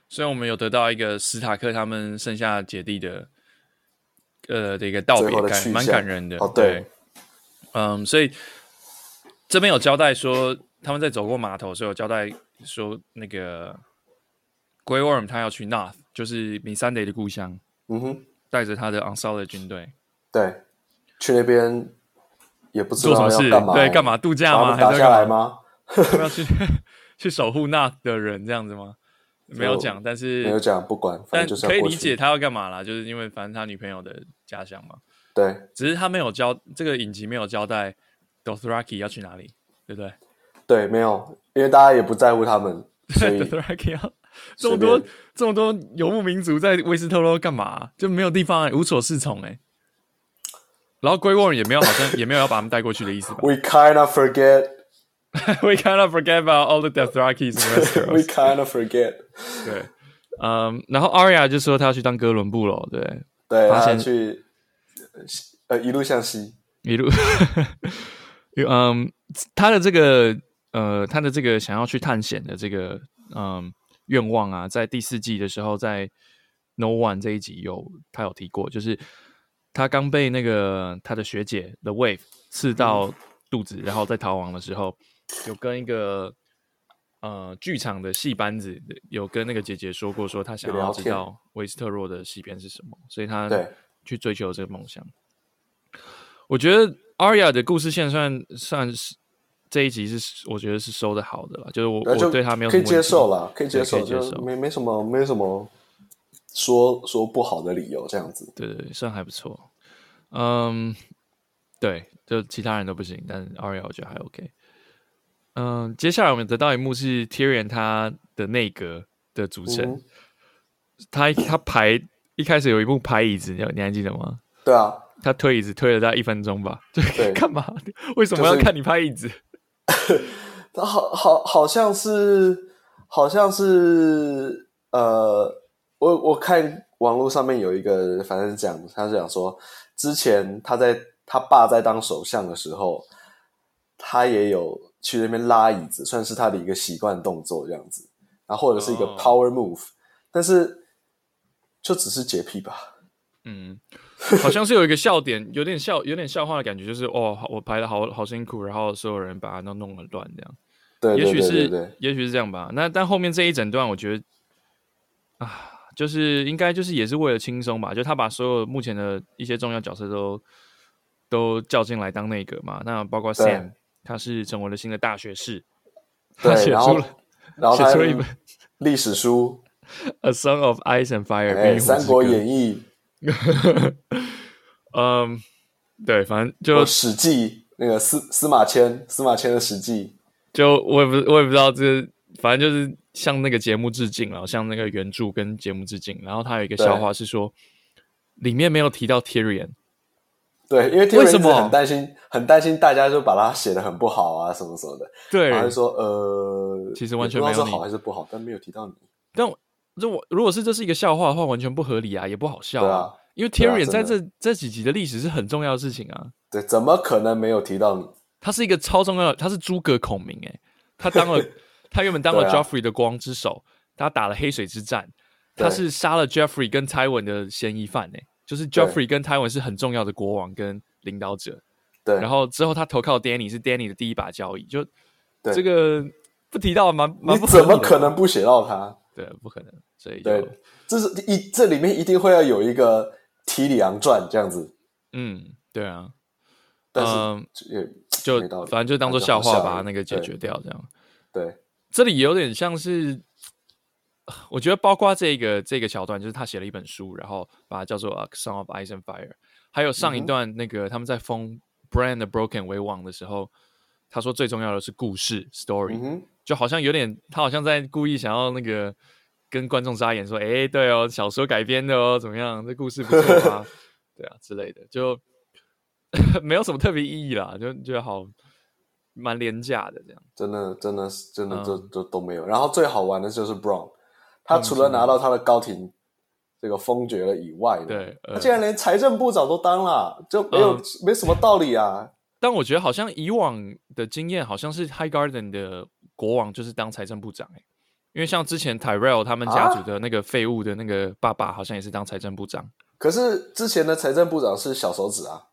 S2: 所以我们有得到一个史塔克他们剩下姐弟的呃的一个道
S1: 最
S2: 别
S1: 后的去
S2: 感，
S1: 向
S2: 蛮感人的。
S1: 哦，对，
S2: 嗯，所以这边有交代说他们在走过码头，所以有交代说那个 g r e y Worm 他要去 North，就是米三雷的故乡，
S1: 嗯哼，
S2: 带着他的 Unsolid 的军队
S1: 对，去那边也不知
S2: 做什
S1: 道
S2: 么事
S1: 要干？嘛、
S2: 对，干嘛度假
S1: 把他
S2: 吗？
S1: 们
S2: 还
S1: 打
S2: 是
S1: 下
S2: 要
S1: 来
S2: 干嘛？
S1: 吗？
S2: 他们 要去去守护 North 的人这样子吗？没有讲，但是
S1: 没有讲，不管，反
S2: 但
S1: 正就是要
S2: 可以
S1: 过
S2: 理
S1: 去
S2: 解他要干嘛啦，就是因为反正他女朋友的家乡嘛。
S1: 对
S2: 只是他没有交这个影集没有交代 Dothraki 要去哪里，对不对
S1: 对，没有，因为大家也不在乎他 们，所以
S2: ？Dothraki 要这
S1: 随
S2: 么
S1: 便
S2: 多这么多游牧民族在威斯特洛干嘛、啊就没有地方、欸，无所适从哎、然后 Grey Worm 也没有好像也没有要把他们带过去的意思吧
S1: we kind of forget，
S2: ？We kind of forget about all the Dothrakis in
S1: we
S2: Westeros。
S1: kind of forget。
S2: 对， 嗯、然后 Arya 就说她要去当哥伦布了，对，
S1: 对，
S2: 发
S1: 他
S2: 现
S1: 去呃一路向西，
S2: 一路， 嗯，他的这个呃，他的这个想要去探险的这个嗯愿望啊，在第四季的时候，在 No One 这一集有他有提过，就是他刚被那个他的学姐 The Wave 刺
S1: 嗯
S2: 到肚子，然后在逃亡的时候，有跟一个呃剧场的戏班子有跟那个姐姐说过，说他想
S1: 有聊
S2: 要知
S1: 天
S2: 道威斯特洛的西边是什么，所以他
S1: 对
S2: 去追求这个梦想。我觉得 Arya 的故事线算算是这一集是我觉得是收的好的了，就是我
S1: 那
S2: 我
S1: 就
S2: 对他没有
S1: 可以
S2: 什么问
S1: 接
S2: 题
S1: 受啦，可以
S2: 对
S1: 接受，
S2: 可以接
S1: 就
S2: 受
S1: 没没什么没什么说说不好的理由这样子。
S2: 对对对，算还不错。嗯，对，就其他人都不行，但 Arya 我觉得还 OK。嗯，接下来我们得到一幕是 Tyrion 他的内阁的组成，
S1: 嗯
S2: 他他排一开始有一幕排椅子，你你还记得吗？
S1: 对啊，
S2: 他推椅子推了大概一分钟吧， 就
S1: 对
S2: 干嘛？为什么要
S1: 就是
S2: 看你拍椅子？
S1: 他好好好像是好像是呃，我我看网络上面有一个，反正讲他是讲说，之前他在他爸在当首相的时候，他也有去那边拉椅子，算是他的一个习惯动作这样子，然后或者是一个
S2: 哦
S1: power move，、但是就只是洁癖吧。
S2: 嗯，好像是有一个笑点，有点笑，有点笑话的感觉，就是哦，好我排的好好辛苦，然后所有人把它弄弄很乱这样。
S1: 对
S2: 也
S1: 对
S2: 许
S1: 对对
S2: 是，
S1: 对，
S2: 也许是这样吧。那但后面这一整段，我觉得啊，就是应该就是也是为了轻松吧，就他把所有目前的一些重要角色都都叫进来当内阁嘛。那包括
S1: 对
S2: Sam，他是成为了新的大学士，他
S1: 对，
S2: 写
S1: 然
S2: 出
S1: 后
S2: 了
S1: 然后
S2: 写
S1: 他
S2: 出了一本
S1: 历史书，
S2: 《A Song of Ice and Fire》
S1: 哎，
S2: 冰
S1: 《
S2: 与火
S1: 三
S2: 之
S1: 国
S2: 歌
S1: 演义》
S2: 嗯，对，反正
S1: 有《
S2: 就
S1: 史记》那个司司马迁，司马迁的《史记
S2: 就我也不我也不知道这，反正就是向那个节目致敬了，向那个原著跟节目致敬。然后他有一个
S1: 对
S2: 笑话是说，里面没有提到 Tyrion，》。
S1: 对，因为
S2: 为
S1: Tyrion
S2: 什
S1: 一直
S2: 么
S1: 很担心，很担心大家就把它写的很不好啊，什么什么的，
S2: 对
S1: 然后就说呃，
S2: 其实完全
S1: 也不知道
S2: 没有你
S1: 是好还是不好，但没有提到你。
S2: 但我这我如果是这是一个笑话的话，完全不合理啊，也不好笑
S1: 对啊
S2: 因为
S1: 对啊
S2: Tyrion 在
S1: 真
S2: 这、这几集的历史是很重要的事情啊，
S1: 对，怎么可能没有提到你？
S2: 他是一个超重要的，他是诸葛孔明哎、他当 了他原本当了
S1: 对啊
S2: Joffrey 的光之手，他打了黑水之战，他
S1: 对
S2: 是杀了 Joffrey 跟 Tywin 的嫌疑犯哎、就是 Joffrey 跟 Tywin 是很重要的国王跟领导者，
S1: 对，
S2: 然后之后他投靠 Danny 是 Danny 的第一把交椅，就
S1: 对
S2: 这个不提到蛮蛮
S1: 你
S2: 不合
S1: 怎
S2: 理的
S1: 么可能不写到他？
S2: 对不可能，所以就
S1: 对，这是一这里面一定会要有一个提里昂传这样子，
S2: 嗯对啊，
S1: 但
S2: 嗯
S1: 是也
S2: 就
S1: 没道理
S2: 反正就当做笑
S1: 那
S2: 话
S1: 就好笑而
S2: 把
S1: 已
S2: 那个解决掉，这样。
S1: 对
S2: 这里有点像是， 我觉得包括这个这个桥段，就是他写了一本书，然后把它叫做《A Song of Ice and Fire》，还有
S1: 嗯
S2: 上一段那个他们在封 Brand the Broken 为王的时候，他说最重要的是故事 story，、
S1: 嗯哼，
S2: 就好像有点他好像在故意想要那个跟观众撒眼说，哎，对哦，小说改编的哦，怎么样，这故事不错 啊，对啊之类的，就 没有什么特别意义啦，就就好蛮廉价的这样。
S1: 真的真的是真的
S2: 嗯
S1: 就就都没有。然后最好玩的就是 Brown，他除了拿到他的高庭这个封爵了以外呢，
S2: 对，呃
S1: 他竟然连财政部长都当了，就没有、
S2: 嗯
S1: 没什么道理啊。
S2: 但我觉得好像以往的经验，好像是 High Garden 的国王就是当财政部长、欸、因为像之前 Tyrell 他们家族
S1: 啊
S2: 的那个废物的那个爸爸，好像也是当财政部长，
S1: 可是之前的财政部长是小手指啊，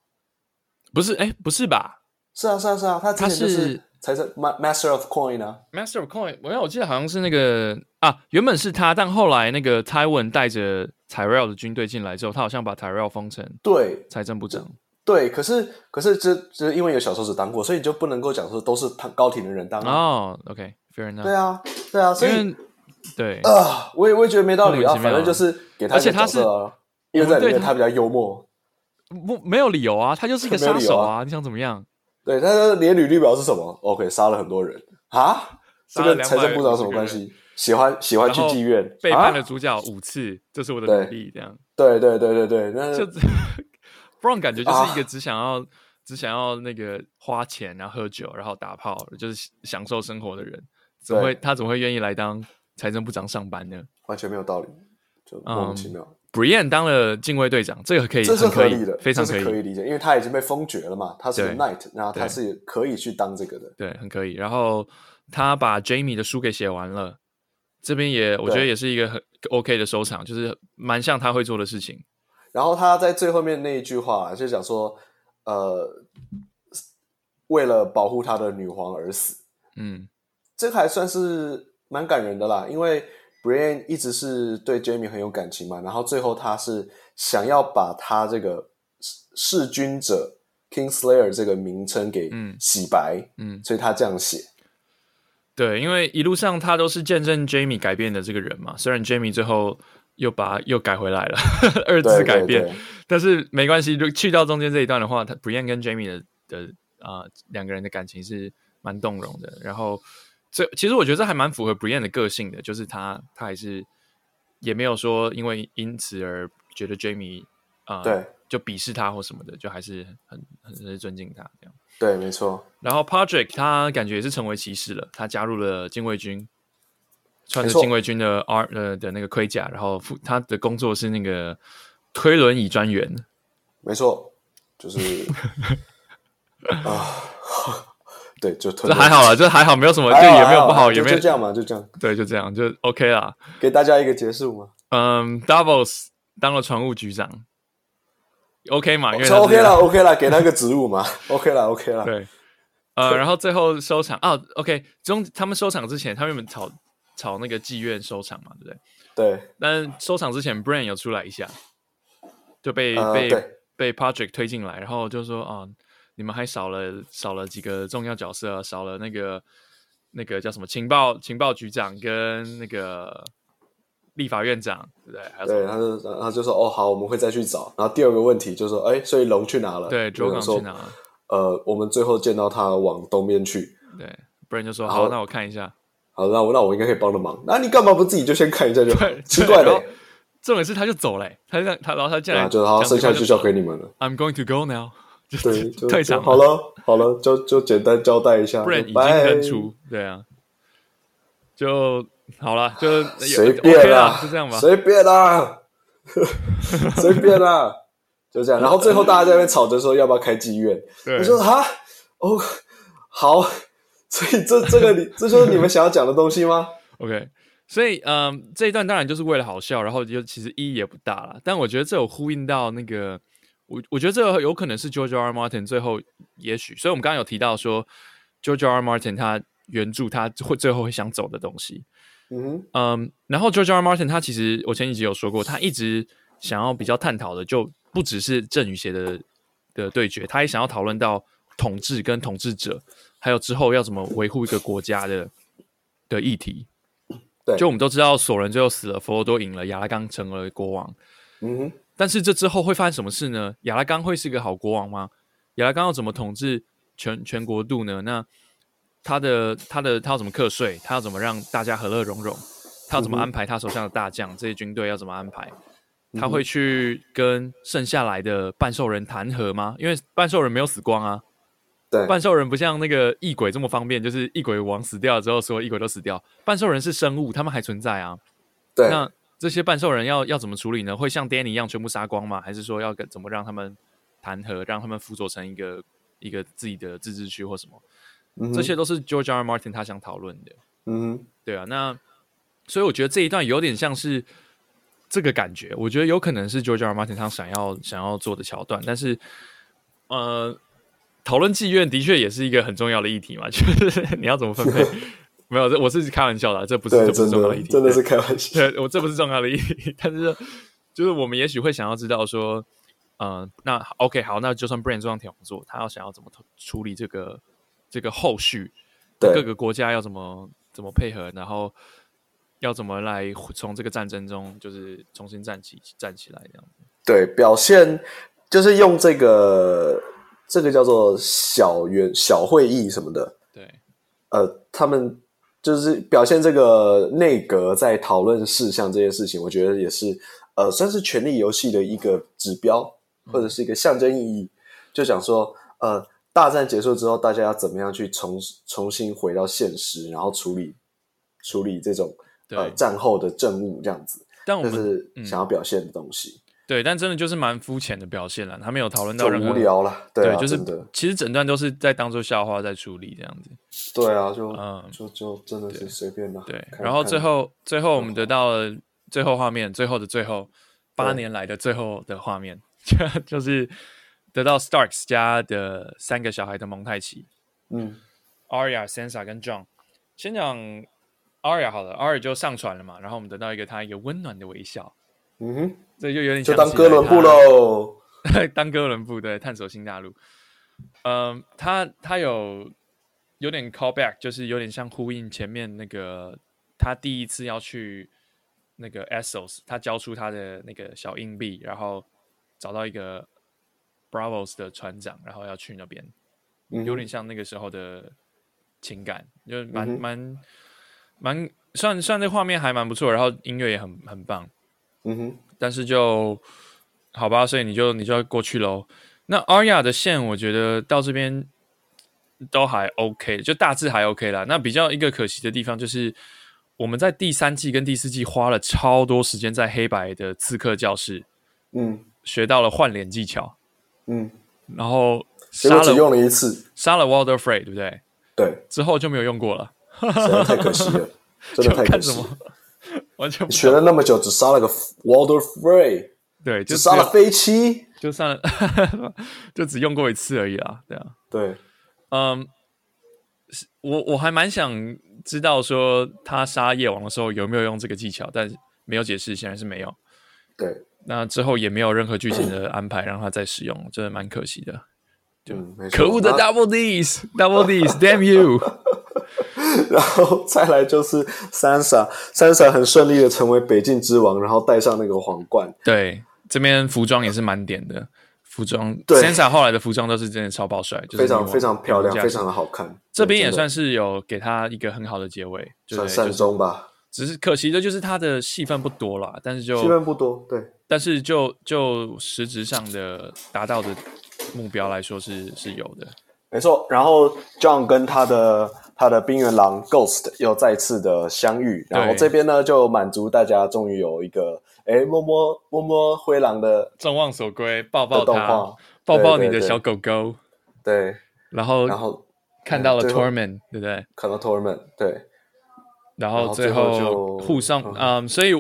S2: 不是？哎、不是吧
S1: 是啊是啊是啊，他之前就
S2: 他
S1: 是
S2: 是
S1: 财政 ma- Master of Coin 啊，
S2: ？Master of Coin，我我记得好像是那个啊，原本是他，但后来那个 Tywin 带着 Tyrell 的军队进来之后，他好像把 Tyrell 封成
S1: 对
S2: 财政部长。
S1: 对，可是可是这这因为有小手指当过，所以你就不能够讲说都是他高庭的人当啊，
S2: 哦、o k f a i r enough。
S1: 对啊对啊，所以
S2: 因为对，
S1: 啊，我也我也觉得没道理
S2: 莫
S1: 啊，
S2: 名其妙
S1: 反正就是给他
S2: 而
S1: 一
S2: 且
S1: 个
S2: 他
S1: 角
S2: 是
S1: 色啊，因为在里
S2: 我们对
S1: 面
S2: 他
S1: 他比较幽默，
S2: 不没有理由啊，他就是一个
S1: 没有
S2: 杀
S1: 理由
S2: 手
S1: 啊
S2: 啊，你想怎么样？
S1: 对，但是你的履历表是什么？OK，杀了很多人啊，这
S2: 杀了
S1: 跟财政部长有什么关
S2: 250
S1: 系？喜欢喜欢
S2: 然
S1: 去
S2: 后
S1: 妓院，
S2: 背叛了
S1: 啊
S2: 主角五次，这是我的
S1: 对
S2: 努力。这样，
S1: 对对对对对，那
S2: 就 Brown 感觉就是
S1: 呃啊
S2: 一个只想要、只想要那个花钱，然后喝酒，然后打炮，就是享受生活的人，怎么
S1: 对
S2: 会他怎么会愿意来当财政部长上班呢
S1: 完全没有道理，就莫名其妙。
S2: ？Brian 当了禁卫队长，这个可以，
S1: 这是
S2: 嗯很
S1: 合
S2: 可以
S1: 理的，
S2: 非常
S1: 这是可以理解，因为他已经被封爵了嘛，他是个
S2: 对
S1: knight，然后他
S2: 对
S1: 是可以去当这个的。
S2: 对，很可以。然后他把 Jamie 的书给写完了，这边也我觉得
S1: 对
S2: 也是一个很 OK 的收场，就是蛮像他会做的事情。
S1: 然后他在最后面那一句话就讲说，呃，为了保护他的女皇而死，
S2: 嗯，
S1: 这个还算是蛮感人的啦。因为 Brian 一直是对 Jamie 很有感情嘛，然后最后他是想要把他这个弑弑君者 Kingslayer 这个名称给
S2: 嗯
S1: 洗白，
S2: 嗯
S1: 所以他这样写。
S2: 对，因为一路上他都是见证 Jamie 改变的这个人嘛，虽然 Jamie 最后又把又改回来了， 二
S1: 对
S2: 次改
S1: 对
S2: 变，
S1: 对
S2: 但是没关系，就去到中间这一段的话，他 Brian 跟 Jamie 的的啊、两个人的感情是蛮动容的。然后这其实我觉得这还蛮符合 Brian 的个性的，就是他他还是也没有说因为因此而觉得 Jamie 啊、
S1: 对
S2: 就鄙视他或什么的，就还是很很很尊敬他这样。
S1: 对，没错。
S2: 然后 Patrick 他感觉也是成为骑士了，他加入了禁卫军，穿着
S1: 没错
S2: 禁卫军的 R 呃的那个盔甲，然后负他的工作是那个推轮椅专员。
S1: 没错，就是 啊，对，就推
S2: 这还好啦，这还好，没 有什么，就
S1: 还好
S2: 也没有
S1: 还
S2: 不好，
S1: 哎就
S2: 也没有
S1: 就这样嘛，就这样，
S2: 对，就这样，就 OK 啦。
S1: 给大家一个结束嘛。
S2: 嗯，Doubles 当了船务局长，OK 嘛？因为
S1: 说
S2: 他
S1: 哦
S2: 是
S1: OK 了，OK 了，给他个职务嘛 ，OK 了，OK 了。
S2: 对，呃，然后最后收场啊，OK，中他们收场之前，他们原本吵吵那个妓院收场嘛，对不对？
S1: 对
S2: 但是收场之前，Brain 有出来一下，就被、
S1: 呃
S2: 被
S1: 对
S2: 被 Patrick 推进来，然后就说啊，你们还少了少了几个重要角色啊，少了那个那个叫什么情报情报局长跟那个立法院长，对不对？还有什
S1: 对，
S2: 么？
S1: 他就他就说哦好，我们会再去找。然后第二个问题就是说，哎，所以龙去哪了？
S2: 对
S1: 就
S2: ，Joe
S1: 想
S2: n
S1: 说
S2: 去哪？了？
S1: 呃，我们最后见到他往东边去。
S2: 对，Brain 就说
S1: 然
S2: 好，
S1: 后
S2: 那我看一下。
S1: 好，那我那我应该可以帮的忙。那你干嘛不自己就先看一下就好
S2: 对？
S1: 奇怪
S2: 然
S1: 的
S2: 后，重点是他就走了、他就这样他然后他进
S1: 对
S2: 来
S1: 啊，就好，
S2: 讲这
S1: 剩
S2: 个
S1: 下
S2: 就
S1: 就交
S2: 走
S1: 给你们了。
S2: I'm going to go now，就
S1: 对，
S2: 就
S1: 就
S2: 退
S1: 就
S2: 场
S1: 好了，好了，就就简单交代一下，
S2: 不然已经
S1: 拜
S2: 认出，对啊，就好了，就
S1: 随
S2: OK
S1: 便
S2: 啦
S1: 啦，，
S2: 就这样吧。
S1: 随便啦， 随便啦，就这样。然后最后大家在那边吵着说要不要开妓院，
S2: 对
S1: 我说哈，哦，好，所以这这个你这就是你们想要讲的东西 吗？
S2: OK，所以嗯，这一段当然就是为了好笑，然后就其实意义也不大了。但我觉得这有呼应到那个，我我觉得这有可能是 George R. R. Martin 最后也许，所以我们刚刚有提到说 George R. R. Martin 他原著他会最后会想走的东西，
S1: 嗯哼，
S2: 嗯，然后 George R. R. Martin 他其实我前几集有说过，他一直想要比较探讨的就不只是正与邪的的对决，他也想要讨论到统治跟统治者，还有之后要怎么维护一个国家的的议题。
S1: 对
S2: 就我们都知道索伦最后死了，佛罗多赢了，亚拉冈成为国王。
S1: 嗯哼，
S2: 但是这之后会发生什么事呢？亚拉冈会是个好国王吗？亚拉冈要怎么统治全全国度呢？那他的他的他要怎么课税？他要怎么让大家和乐融融？他要怎么安排他手下的大将？这些军队要怎么安排？
S1: 嗯
S2: 他会去跟剩下来的半兽人谈和吗？因为半兽人没有死光啊，
S1: 对，
S2: 半兽人不像那个异鬼这么方便，就是异鬼王死掉之后，所有异鬼都死掉。半兽人是生物，他们还存在啊。
S1: 对，
S2: 那这些半兽人要要怎么处理呢？会像 Danny 一样全部杀光吗？还是说要跟怎么让他们弹劾，让他们辅佐成一个一个自己的自治区或什么？
S1: 嗯哼
S2: 这些，都是 George R. R. Martin 他想讨论的。
S1: 嗯哼，
S2: 对啊，那所以我觉得这一段有点像是这个感觉，我觉得有可能是 George R. R. Martin 他想要想要做的桥段，但是呃，讨论妓院的确也是一个很重要的议题嘛，就是你要怎么分 配？没有，这我是开玩笑的啊，这不是这
S1: 对，
S2: 不是
S1: 真
S2: 重要的议
S1: 的
S2: 题，
S1: 真的
S2: 对
S1: 是开玩笑，
S2: 对我这不是重要的意义，但是就是我们也许会想要知道说，嗯、那 OK 好，那就算 Brain 撞天王座，他要想要怎么处理这个这个后续，各
S1: 对，
S2: 个国家要怎么怎么配合，然后要怎么来从这个战争中就是重新站起站起来这样子。
S1: 对，表现就是用这个这个叫做小圆小会议什么的，
S2: 对，
S1: 呃，他们就是表现这个内阁在讨论事项这件事情，我觉得也是呃，算是权力游戏的一个指标或者
S2: 嗯
S1: 是一个象征意义，就想说呃，大战结束之后，大家要怎么样去重重新回到现实，然后处理处理这种呃
S2: 对
S1: 战后的政务这样子，
S2: 但我
S1: 这
S2: 们嗯
S1: 是想要表现的东西，
S2: 对，但真的就是蛮肤浅的表现了，他没有讨论
S1: 就
S2: 到任何
S1: 无。聊啦，啊，
S2: 就是
S1: 真的
S2: 其实整段都是在当做笑话在处理这样子。
S1: 对啊，就、
S2: 嗯
S1: 就就真的是随便啦。
S2: 对，
S1: 看
S2: 然后
S1: 看
S2: 最后最后我们
S1: 看
S2: 得到了最后画面，最后的最后，八
S1: 对
S2: 年来的最后的画面，就 就是得到 Starks 家的三个小孩的蒙太奇
S1: 嗯，
S2: ，Arya、Sansa 跟 John。先讲 Arya 好了，Arya 就上船了嘛，然后我们得到一个他一个温暖的微笑，
S1: 嗯哼，
S2: 这就有点
S1: 就
S2: 像
S1: 当
S2: 起
S1: 哥
S2: 来
S1: 伦布
S2: 他
S1: 喽。
S2: 当哥伦布对探索新大陆。嗯，他他有有点 callback，就是有点像呼应前面那个他第一次要去那个 Essos，他交出他的那个小硬币，然后找到一个 Bravos 的船长，然后要去那边，
S1: 嗯哼
S2: 有点像那个时候的情感，就蛮
S1: 嗯哼
S2: 蛮蛮算算这画面还蛮不错，然后音乐也很很棒。
S1: 嗯哼，
S2: 但是就好吧，所以你就你就要过去喽。那 Arya 的线，我觉得到这边都还 OK，就大致还 OK 啦。那比较一个可惜的地方就是，我们在第三季跟第四季花了超多时间在黑白的刺客教室
S1: 嗯
S2: 学到了换脸技巧，
S1: 嗯，
S2: 然后
S1: 结
S2: 杀
S1: 果只用
S2: 了
S1: 了一次，
S2: 杀了 Walder Frey，对不对？
S1: 对，
S2: 之后就没有用过了，
S1: 实在太可惜了， 真的太可
S2: 看
S1: 惜
S2: 什
S1: 了
S2: 么。 完全不
S1: 你学了那么久，只杀了个 Walder Frey，
S2: 对，就
S1: 只杀
S2: 只有
S1: 了飞七，
S2: 就上了， 就只用过一次而已啦，对啊。
S1: 对，
S2: 嗯，是我我还蛮想知道说他杀夜王的时候有没有用这个技巧，但是没有解释，显然是没有。
S1: 对，
S2: 那之后也没有任何剧情的安排让他再使用，真的蛮可惜的。
S1: 嗯，没错
S2: 可恶的
S1: 然后
S2: Double D's，Double D's，Damn you！
S1: 然后再来就是 Sansa，Sansa 很顺利的成为北境之王，然后戴上那个皇冠，
S2: 对，这边服装也是满点的，服装
S1: 对
S2: Sansa 后来的服装都是真的超爆帅，就是
S1: 非常
S2: 女王
S1: 非常漂亮
S2: 女，王
S1: 非
S2: 架
S1: 常的好看。
S2: 这边
S1: 对
S2: 也
S1: 真的
S2: 算是有给他一个很好的结尾，对不
S1: 算
S2: 对
S1: 善
S2: 就是
S1: 终吧，
S2: 只是可惜的就是他的戏份不多啦，但是就
S1: 戏份不多，对，
S2: 但是就就实质上的达到的目标来说是是有的，
S1: 没错，然后 John 跟他的他的冰原狼 Ghost 又再次的相遇，然后
S2: 对
S1: 这边呢就满足大家终于有一个哎摸摸摸摸灰狼的
S2: 众望所归，抱
S1: 的
S2: 抱
S1: 动
S2: 他，
S1: 画，
S2: 抱抱
S1: 对
S2: 你
S1: 对
S2: 的
S1: 对
S2: 小狗狗，
S1: 对，
S2: 然后
S1: 然后
S2: 看到了
S1: 最后
S2: Torment，对不对？
S1: 看到 Torment，对，
S2: 然
S1: 然
S2: 后
S1: 后
S2: 最
S1: 最后
S2: 后
S1: 就
S2: 互送，
S1: 嗯
S2: 嗯，所以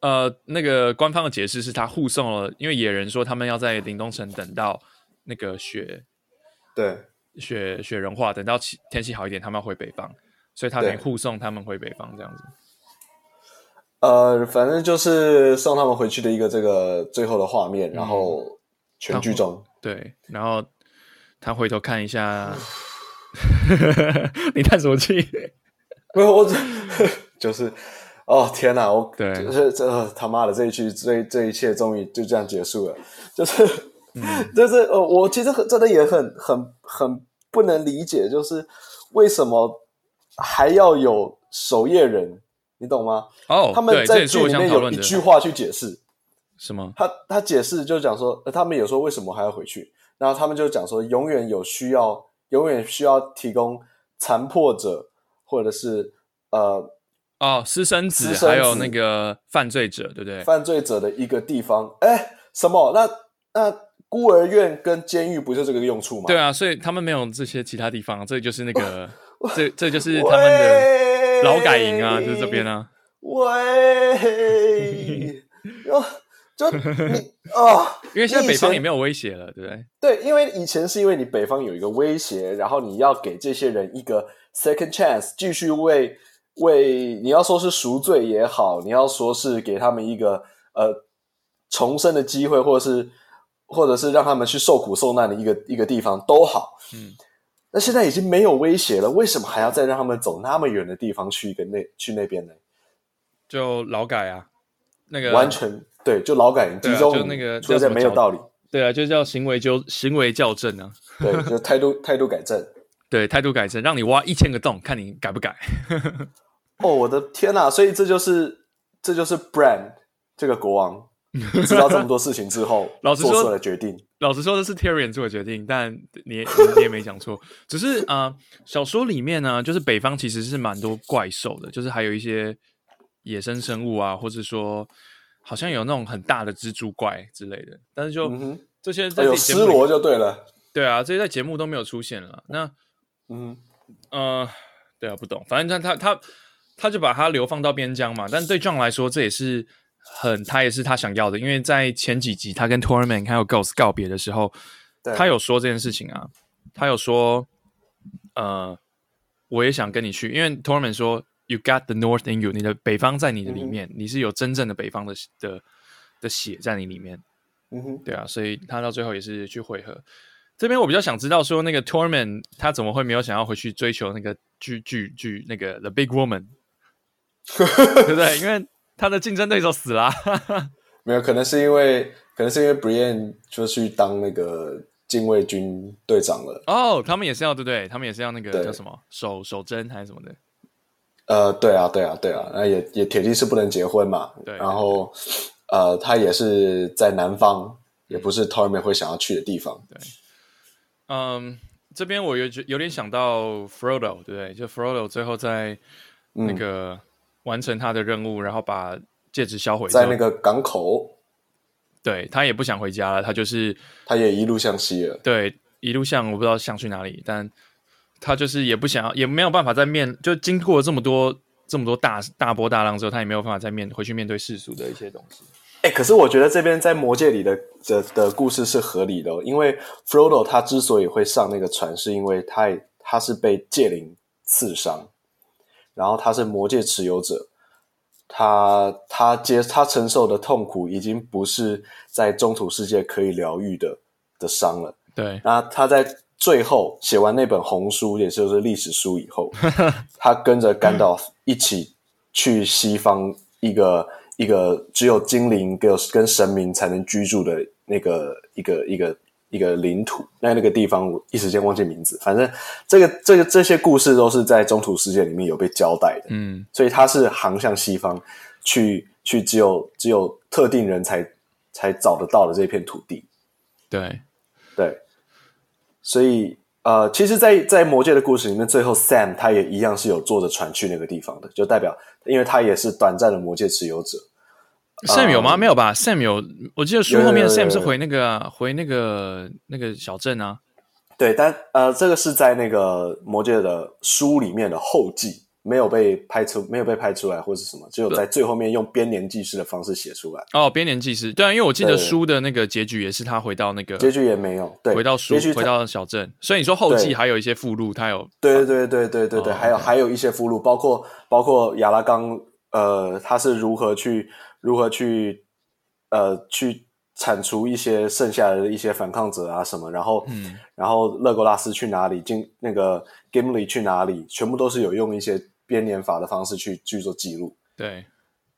S2: 呃，那个官方的解释是他护送了，因为野人说他们要在凛冬城等到那个雪
S1: 对，
S2: 雪雪融化，等到气天气好一点，他们要回北方，所以他等于
S1: 对
S2: 护送他们回北方这样子。
S1: 呃，反正就是送他们回去的一个这个最后的画面，然后全剧终，
S2: 对，然后他回头看一下， 你叹什么气？
S1: 没有 我只就是哦天哪，我
S2: 对
S1: 这这、呃他妈的这一句这这一切终于就这样结束了，就是、
S2: 嗯
S1: 就是呃，我其实很真的也很很很不能理解，就是为什么还要有守夜人，你懂吗？
S2: 哦，
S1: 他们
S2: 对这
S1: 在
S2: 也是
S1: 剧
S2: 我
S1: 里
S2: 想
S1: 面
S2: 讨
S1: 有
S2: 论
S1: 一
S2: 的
S1: 句话去解释，
S2: 什么？
S1: 他他解释就讲说，呃他们有说为什么还要回去，然后他们就讲说，永远有需要，永远需要提供残破者或者是呃
S2: 哦，私生子
S1: 私生
S2: 还有
S1: 子
S2: 那个犯罪者，对不对？
S1: 犯罪者的一个地方。哎，什么？那那孤儿院跟监狱不就这个用处吗？
S2: 对啊，所以他们没有这些其他地方，这就是那 个，这这就是
S1: 喂，
S2: 他们的劳改营啊，就是这边。啊。
S1: 喂，就就你啊，
S2: 因为现
S1: 你
S2: 在
S1: 以
S2: 北方
S1: 前
S2: 也没有威胁了，对不对？
S1: 对，因为以前是因为你北方有一个威胁，然后你要给这些人一个 second chance，继续为为你要说是赎罪也好，你要说是给他们一个呃重生的机会，或者是或者是让他们去受苦受难的一个一个地方都好。
S2: 嗯，
S1: 那现在已经没有威胁了，为什么还要再让他们走那么远的地方去一个那去那边呢？
S2: 就劳改啊，那个
S1: 完全对，就劳改营
S2: 对啊
S1: 集中
S2: 就
S1: 营
S2: 那个
S1: 出现没有道理。
S2: 对啊，就叫行为纠行为校正啊，
S1: 对，就是态度态度改正。
S2: 对，态度改正，让你挖一千个洞，看你改不改。
S1: 哦，我的天呐！所以这就是这就是 Brand 这个国 王知道这么多事情之后
S2: 老实
S1: 做出
S2: 说
S1: 来的决定。
S2: 老实说，这是 Tyrion 做的决定，但你也你也没讲错，只是啊、呃小说里面呢，就是北方其实是蛮多怪兽的，就是还有一些野生生物啊，或是说好像有那种很大的蜘蛛怪之类的，但是就、
S1: 嗯哼
S2: 这些在
S1: 哎呦，
S2: 自
S1: 失
S2: 己节目里
S1: 罗就对了。
S2: 对啊，这些在节目都没有出现了。那
S1: 嗯
S2: 呃，对啊，不懂，反正他他他他就把他流放到边疆嘛。但对 John 来说，这也是很他也是他想要的，因为在前几集他跟 Torment 还有 Ghost 告别的时候
S1: 对，
S2: 他有说这件事情啊，他有说，呃，我也想跟你去，因为 Torment 说 You got the North in you，你的北方在你的
S1: 嗯
S2: 里
S1: 哼
S2: 面，你是有真正的北方的的的血在你里面。
S1: 嗯哼，
S2: 对啊，所以他到最后也是去会合。这边我比较想知道说，那个 Torment 他怎么会没有想要回去追求那个剧剧剧那个 The Big Woman，对不对？因为他的竞争对手死了、啊，
S1: 没有，可能是因为可能是因为 Brian 就去当那个禁卫军队长了。
S2: 哦，他们也是要对不对？他们也是要那个
S1: 对
S2: 叫什么手手针还是什么的？
S1: 呃，对啊，对啊，对啊，那也也铁定是不能结婚嘛。
S2: 对
S1: 然后呃，他也是在南方，也不是 Tommy 会想要去的地方。
S2: 嗯，这边我有觉有点想到 Frodo，对不对？就 Frodo 最后在那
S1: 嗯
S2: 个完成他的任务，然后把戒指销毁之后，
S1: 在那个港口，
S2: 对他也不想回家了，他就是
S1: 他也一路向西了。
S2: 对，一路向我不知道想去哪里，但他就是也不想要，也没有办法再面，就经过了这么多这么多大大波大浪之后，他也没有办法再面回去面对世俗的一些东西。
S1: 哎、可是我觉得这边在魔界里的的的故事是合理的、哦，因为 Frodo 他之所以会上那个船，是因为他也他是被戒灵刺伤，然后他是魔戒持有者，他他接他承受的痛苦已经不是在中土世界可以疗愈的的伤了。
S2: 对，
S1: 那他在最后写完那本红书，也就是历史书以后，他跟着甘道夫一起去西方一个一个只有精灵跟跟神明才能居住的那个一个一个一个领土。那那个地方我一时间忘记名字，反正这个这个这些故事都是在中土世界里面有被交代的。
S2: 嗯，
S1: 所以他是航向西方去去只有只有特定人才才找得到的这片土地。
S2: 对，
S1: 啊对，所以呃，其实在，在魔界的故事里面，最后 Sam 他也一样是有坐着船去那个地方的，就代表，因为他也是短暂的魔界持有者。
S2: Sam 有吗？没有吧？Sam 有，我记得书后面
S1: 有有有
S2: Sam 是
S1: 有
S2: 回那个啊回那个那个小镇啊。
S1: 对，但呃，这个是在那个魔界的书里面的后记，没有被拍出，没有被拍出来或是什么，只有在最后面用编年记事的方式写出来，
S2: 哦，编年纪事，对啊，因为我记得
S1: 对
S2: 书的那个结局也是他回到那个
S1: 结局也没有。对，
S2: 回到书
S1: 结局它
S2: 回到小镇，所以你说后记
S1: 对
S2: 还有一些附录，他有
S1: 对对对对对对，
S2: 哦
S1: 还有
S2: OK
S1: 还有一些俘虏，包括包括亚拉冈，呃，他是如何去如何去呃去铲除一些剩下的一些反抗者啊什么，然后、
S2: 嗯
S1: 然后勒格拉斯去哪里，进那个 Gimli 去哪里，全部都是有用一些编年法的方式去去做记录。
S2: 对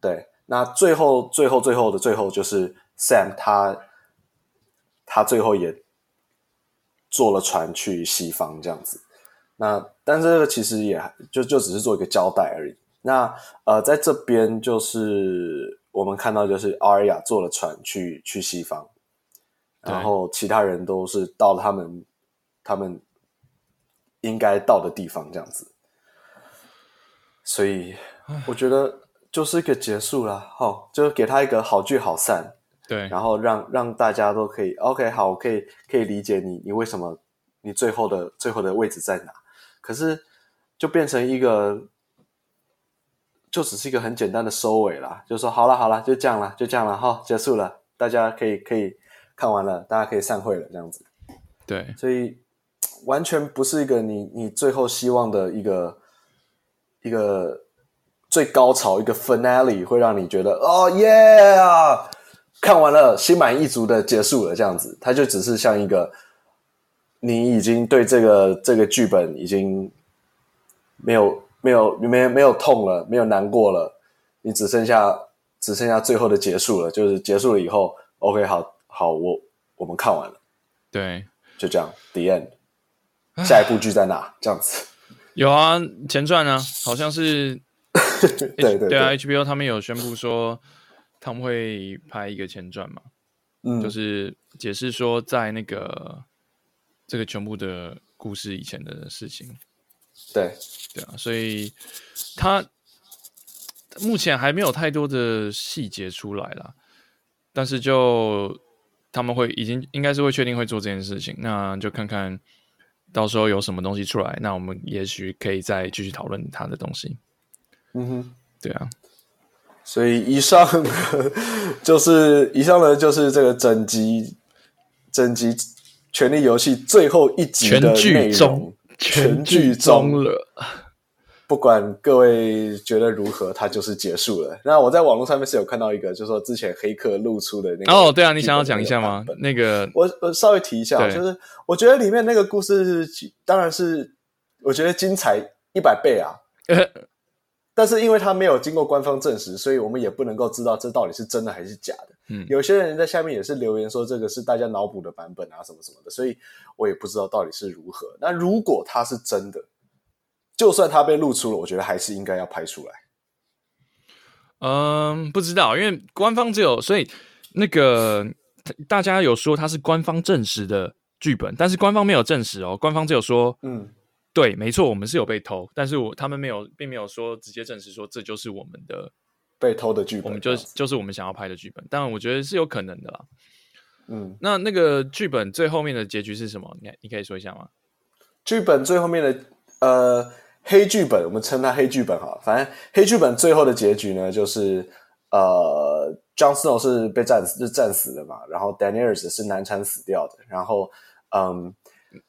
S1: 对，那最后最后最后的最后就是 Sam 他他最后也坐了船去西方这样子。那但是这个其实也就就只是做一个交代而已。那呃，在这边就是我们看到就是阿尔雅坐了船去去西方，
S2: 对
S1: 然后其他人都是到了他们他们应该到的地方这样子。所以我觉得就是一个结束啦，好、就是给他一个好聚好散，
S2: 对
S1: 然后让让大家都可以 OK，好，我可以可以理解你，你为什么你最后的最后的位置在哪？可是就变成一个，就只是一个很简单的收尾啦，就说好了好了，就这样了，就这样了，好、结束了，大家可以可以看完了，大家可以散会了，这样子。
S2: 对
S1: 所以完全不是一个你你最后希望的一个一个最高潮一个 finale，会让你觉得哦耶啊，看完了心满意足的结束了这样子，它就只是像一个你已经对这个这个剧本已经没有没有没没有痛了，没有难过了，你只剩下只剩下最后的结束了，就是结束了以后，OK，好好，我我们看完了，
S2: 对，
S1: 就这样，the end。下一部剧在哪？这样子，
S2: 有啊，前传啊，好像是
S1: 对对
S2: 对啊，HBO 他们有宣布说他们会拍一个前传嘛，
S1: 嗯，
S2: 就是解释说在那个这个全部的故事以前的事情，
S1: 对，
S2: 对啊，所以他目前还没有太多的细节出来啦，但是就他们会已经应该是会确定会做这件事情，那就看看到时候有什么东西出来，那我们也许可以再继续讨论他的东西。
S1: 嗯哼。
S2: 对啊，
S1: 所以以上就是以上呢，就是这个整集整集《权力游戏》最后一集的
S2: 全
S1: 内
S2: 剧
S1: 容
S2: 终，，
S1: 全
S2: 剧
S1: 剧终。
S2: 了。
S1: 不管各位觉得如何，它就是结束了。那我在网络上面是有看到一个，就是说之前黑客露出的那个
S2: 哦，对啊，你
S1: 剧
S2: 想要
S1: 本的
S2: 讲一下吗
S1: 版？本
S2: 那个
S1: 我我稍微提一下，
S2: 对
S1: 就是我觉得里面那个故事当然是我觉得精彩一百倍啊，但是因为他没有经过官方证实，所以我们也不能够知道这到底是真的还是假的。
S2: 嗯
S1: 有些人在下面也是留言说这个是大家脑补的版本啊，什么什么的，所以我也不知道到底是如何。那如果它是真的，就算它被露出了，我觉得还是应该要拍出来。
S2: 嗯，不知道，因为官方只有，所以那个大家有说它是官方证实的剧本，但是官方没有证实哦，官方只有说，
S1: 嗯，
S2: 对，没错，我们是有被偷，但是我他们没有，并没有说直接证实说这就是我们的，
S1: 被偷的剧本，啊
S2: 我们就就是我们想要拍的剧本，但我觉得是有可能的啦。
S1: 嗯，
S2: 那那个剧本最后面的结局是什么？你你可以说一下吗？
S1: 剧本最后面的呃黑剧本，我们称它黑剧本哈。反正黑剧本最后的结局呢，就是呃，Jon Snow 是被战死，是战死的嘛，然后 Daenerys 是难产死掉的，然后嗯，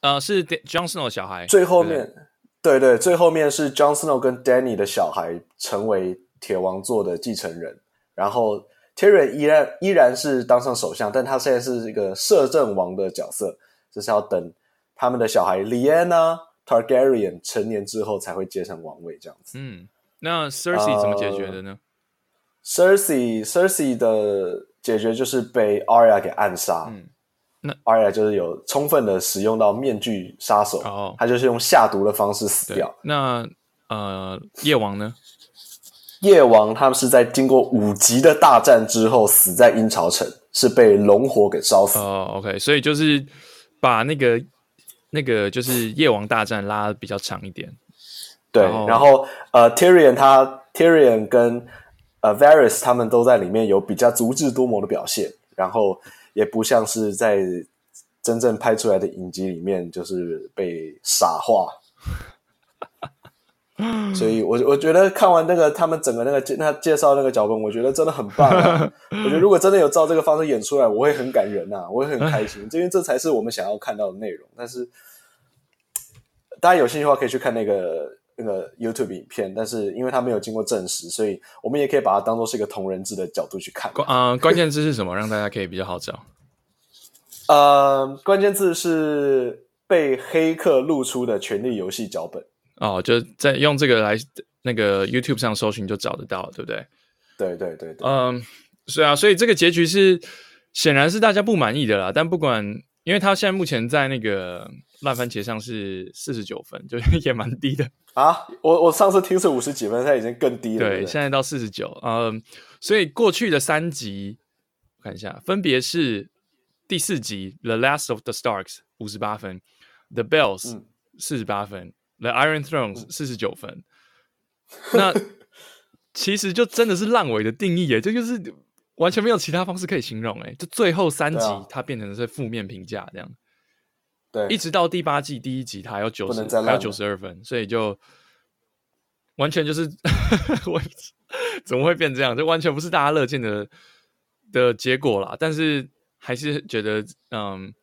S2: 呃，是 Dan- Jon Snow 的小孩，
S1: 最后
S2: 对不对
S1: 面对对，最后面是 Jon Snow 跟 Danny 的小孩成为铁王座的继承人，然后 Tyrion 依然依然是当上首相，但他现在是一个摄政王的角色，就是要等他们的小孩 Lyanna Targaryen 成年之后才会接上王位这样子。
S2: 嗯，那 Cersei 怎么解决
S1: 呃
S2: 的呢？
S1: Cersei Cersei 的解决就是被 Arya 给暗杀。
S2: 嗯那
S1: Arya 就是有充分的使用到面具杀手，
S2: 哦
S1: 他就是用下毒的方式死
S2: 对
S1: 掉。，
S2: 那呃，夜王呢？
S1: 夜王他们是在经过五级的大战之后死在阴潮城，是被龙火给烧死。
S2: 哦，OK，所以就是把那个那个就是夜王大战拉得比较长一点。
S1: 对，
S2: 然后
S1: 然后呃，Tyrion 他 Tyrion 跟呃 Varys 他们都在里面有比较足智多谋的表现，然后也不像是在真正拍出来的影集里面就是被傻化。所以我，我觉得看完那个他们整个那个介他介绍那个脚本，我觉得真的很棒、 啊。我觉得如果真的有照这个方式演出来，我会很感人呐、啊我会很
S2: 哎
S1: 开心，因为这才是我们想要看到的内容。但是大家有兴趣的话，可以去看那个那个 YouTube 影片，但是因为它没有经过证实，所以我们也可以把它当做是一个同人志的角度去看。
S2: 关啊、关键字是什么？让大家可以比较好找。
S1: 呃，关键字是被黑客露出的《权力游戏》脚本。
S2: 哦，就在用这个来那个 YouTube 上搜寻就找得到了，对不对？
S1: 对对对对，
S2: 嗯，是啊，所以这个结局是显然是大家不满意的啦。但不管，因为他现在目前在那个烂番茄上是四十九分，就是 也蛮低的。
S1: 啊，我我上次听是五十几分，现在已经更低了。对
S2: 对，
S1: 不对，
S2: 现在到四十九，嗯，所以过去的三集，我看一下，分别是第四集《The Last of the Starks》五十八分，《The Bells
S1: 嗯》
S2: 四十八分，The Iron Throne》四十九分。那其实就真的是烂尾的定义耶，这就是完全没有其他方式可以形容哎，就最后三
S1: 对
S2: 集
S1: 啊
S2: 它变成是负面评价这样。
S1: 对，
S2: 一直到第八季第一集，他还要九
S1: 不
S2: 十
S1: 能再，
S2: 还
S1: 烂
S2: 要
S1: 了
S2: 九十二分，所以就完全就是 我怎么会变这样？这完全不是大家乐见的的结果啦。但是还是觉得，嗯，